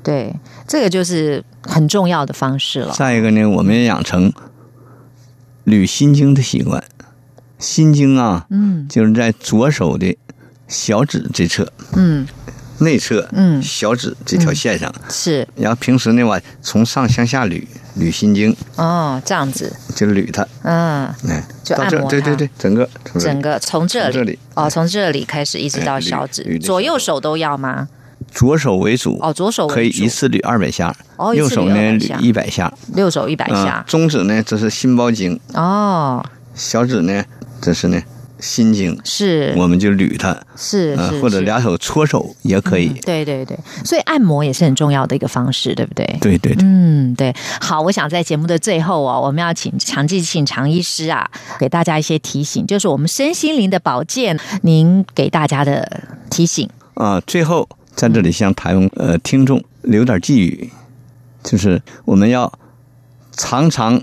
Speaker 1: 对，这个就是很重要的方式了。
Speaker 2: 再一个呢，我们也养成捋心经的习惯。心经啊，
Speaker 1: 嗯
Speaker 2: 就是在左手的小指这侧
Speaker 1: 嗯，
Speaker 2: 内侧，
Speaker 1: 嗯
Speaker 2: 小指这条线上。
Speaker 1: 是
Speaker 2: 然后平时呢，我从上向下捋捋心经，
Speaker 1: 哦，这样子，
Speaker 2: 就捋它，
Speaker 1: 嗯，
Speaker 2: 哎，
Speaker 1: 就
Speaker 2: 到
Speaker 1: 按
Speaker 2: 这，
Speaker 1: 摩
Speaker 2: 对
Speaker 1: 它
Speaker 2: 对对，整个从这
Speaker 1: 整个从这里
Speaker 2: 从这里嗯
Speaker 1: 哦，从这里开始一直
Speaker 2: 哎
Speaker 1: 到
Speaker 2: 捋
Speaker 1: 小
Speaker 2: 捋
Speaker 1: 指，
Speaker 2: 那
Speaker 1: 左
Speaker 2: 小
Speaker 1: 右
Speaker 2: 指
Speaker 1: 手都要吗？
Speaker 2: 左手为主，
Speaker 1: 哦左手为
Speaker 2: 可以
Speaker 1: 主
Speaker 2: 一次捋二百下，
Speaker 1: 哦一次
Speaker 2: 右手呢
Speaker 1: 捋200下
Speaker 2: 捋一百下，
Speaker 1: 右手一百
Speaker 2: 嗯
Speaker 1: 下，
Speaker 2: 中指呢这是心包经，
Speaker 1: 哦，
Speaker 2: 小指呢这是呢心经，
Speaker 1: 是
Speaker 2: 我们就捋它，
Speaker 1: 是
Speaker 2: 嗯，
Speaker 1: 是，
Speaker 2: 或者
Speaker 1: 是嗯
Speaker 2: 俩手搓手也可以。
Speaker 1: 对对对，所以按摩也是很重要的一个方式，对不对？
Speaker 2: 对对对，
Speaker 1: 嗯，对，好，我想在节目的最后哦，我们要请常继请常医师啊，给大家一些提醒，就是我们身心灵的保健，您给大家的提醒。
Speaker 2: 啊，最后在这里向台湾呃听众留点寄语，就是我们要常常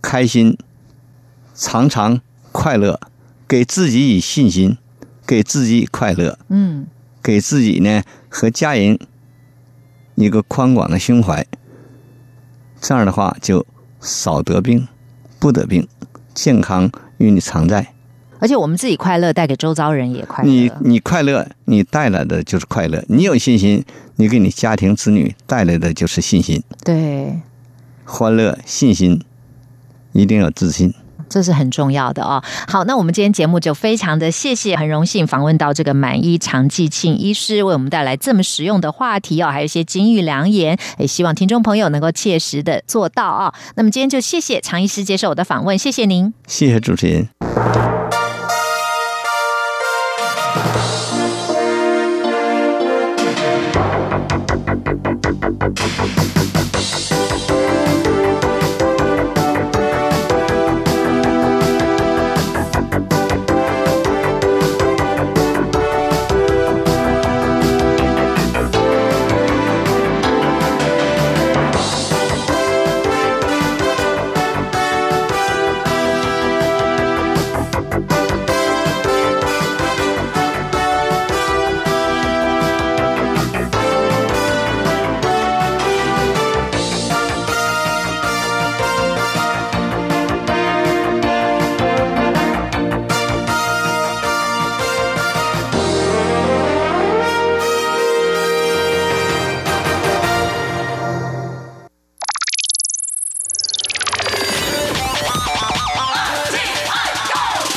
Speaker 2: 开心，常常快乐，给自己以信心，给自己快乐，
Speaker 1: 嗯
Speaker 2: 给自己呢和家人一个宽广的胸怀。这样的话，就少得病，不得病，健康与你常在。
Speaker 1: 而且我们自己快乐，带给周遭人也快乐。
Speaker 2: 你你快乐，你带来的就是快乐。你有信心，你给你家庭子女带来的就是信心、
Speaker 1: 对，
Speaker 2: 欢乐、信心，一定要自信。
Speaker 1: 这是很重要的哦。好，那我们今天节目就非常的谢谢，很荣幸访问到这个满意常继庆医师，为我们带来这么实用的话题哦，还有一些金玉良言，也希望听众朋友能够切实的做到哦。那么今天就谢谢常医师接受我的访问，谢谢您。
Speaker 2: 谢谢主持人。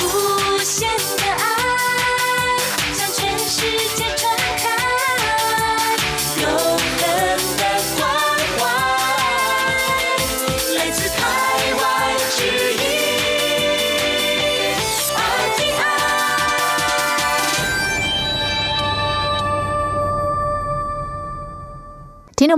Speaker 3: 无限的爱向全世界传开，永恒的关怀来自台湾之音。爱的爱。
Speaker 1: 听众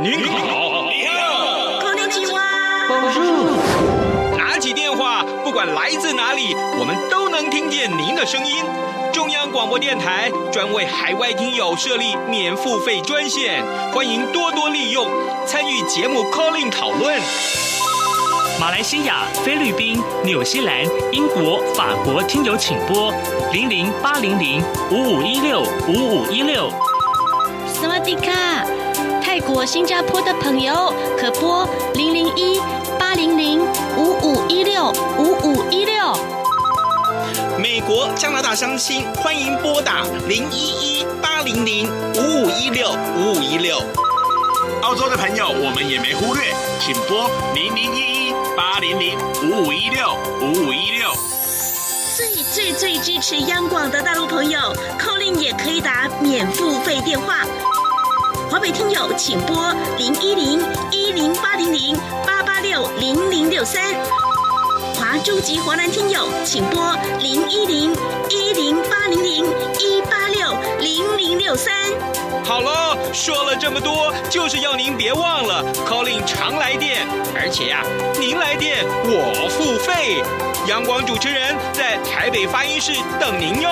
Speaker 4: 您好，
Speaker 3: こんにちは。
Speaker 4: 拿起电话，不管来自哪里，我们都能听见您的声音。中央广播电台专为海外听友设立免付费专线，欢迎多多利用，参与节目 calling 讨论。
Speaker 5: 马来西亚、菲律宾、纽西兰、英国、法国听友请拨零零八零零五五一六五五一六。
Speaker 3: 斯瓦迪卡，泰国、新加坡的朋友可拨零零一八零零五五一六五五一六。
Speaker 4: 美国、加拿大乡亲，欢迎拨打零一一八零零五五一六五五一六。
Speaker 6: 澳洲的朋友，我们也没忽略，请拨零零一一八零零五五一六五五一六。
Speaker 3: 最最最支持央广的大陆朋友扣 a 也可以打免付费电话。华北听友请拨零一零一零八零零
Speaker 7: 驻及华南听友，请拨零一零一零八零零一八六零零六三。
Speaker 4: 好了，说了这么多，就是要您别忘了 Colin 常来电，而且呀、您来电我付费。阳光主持人在台北发音室等您哟。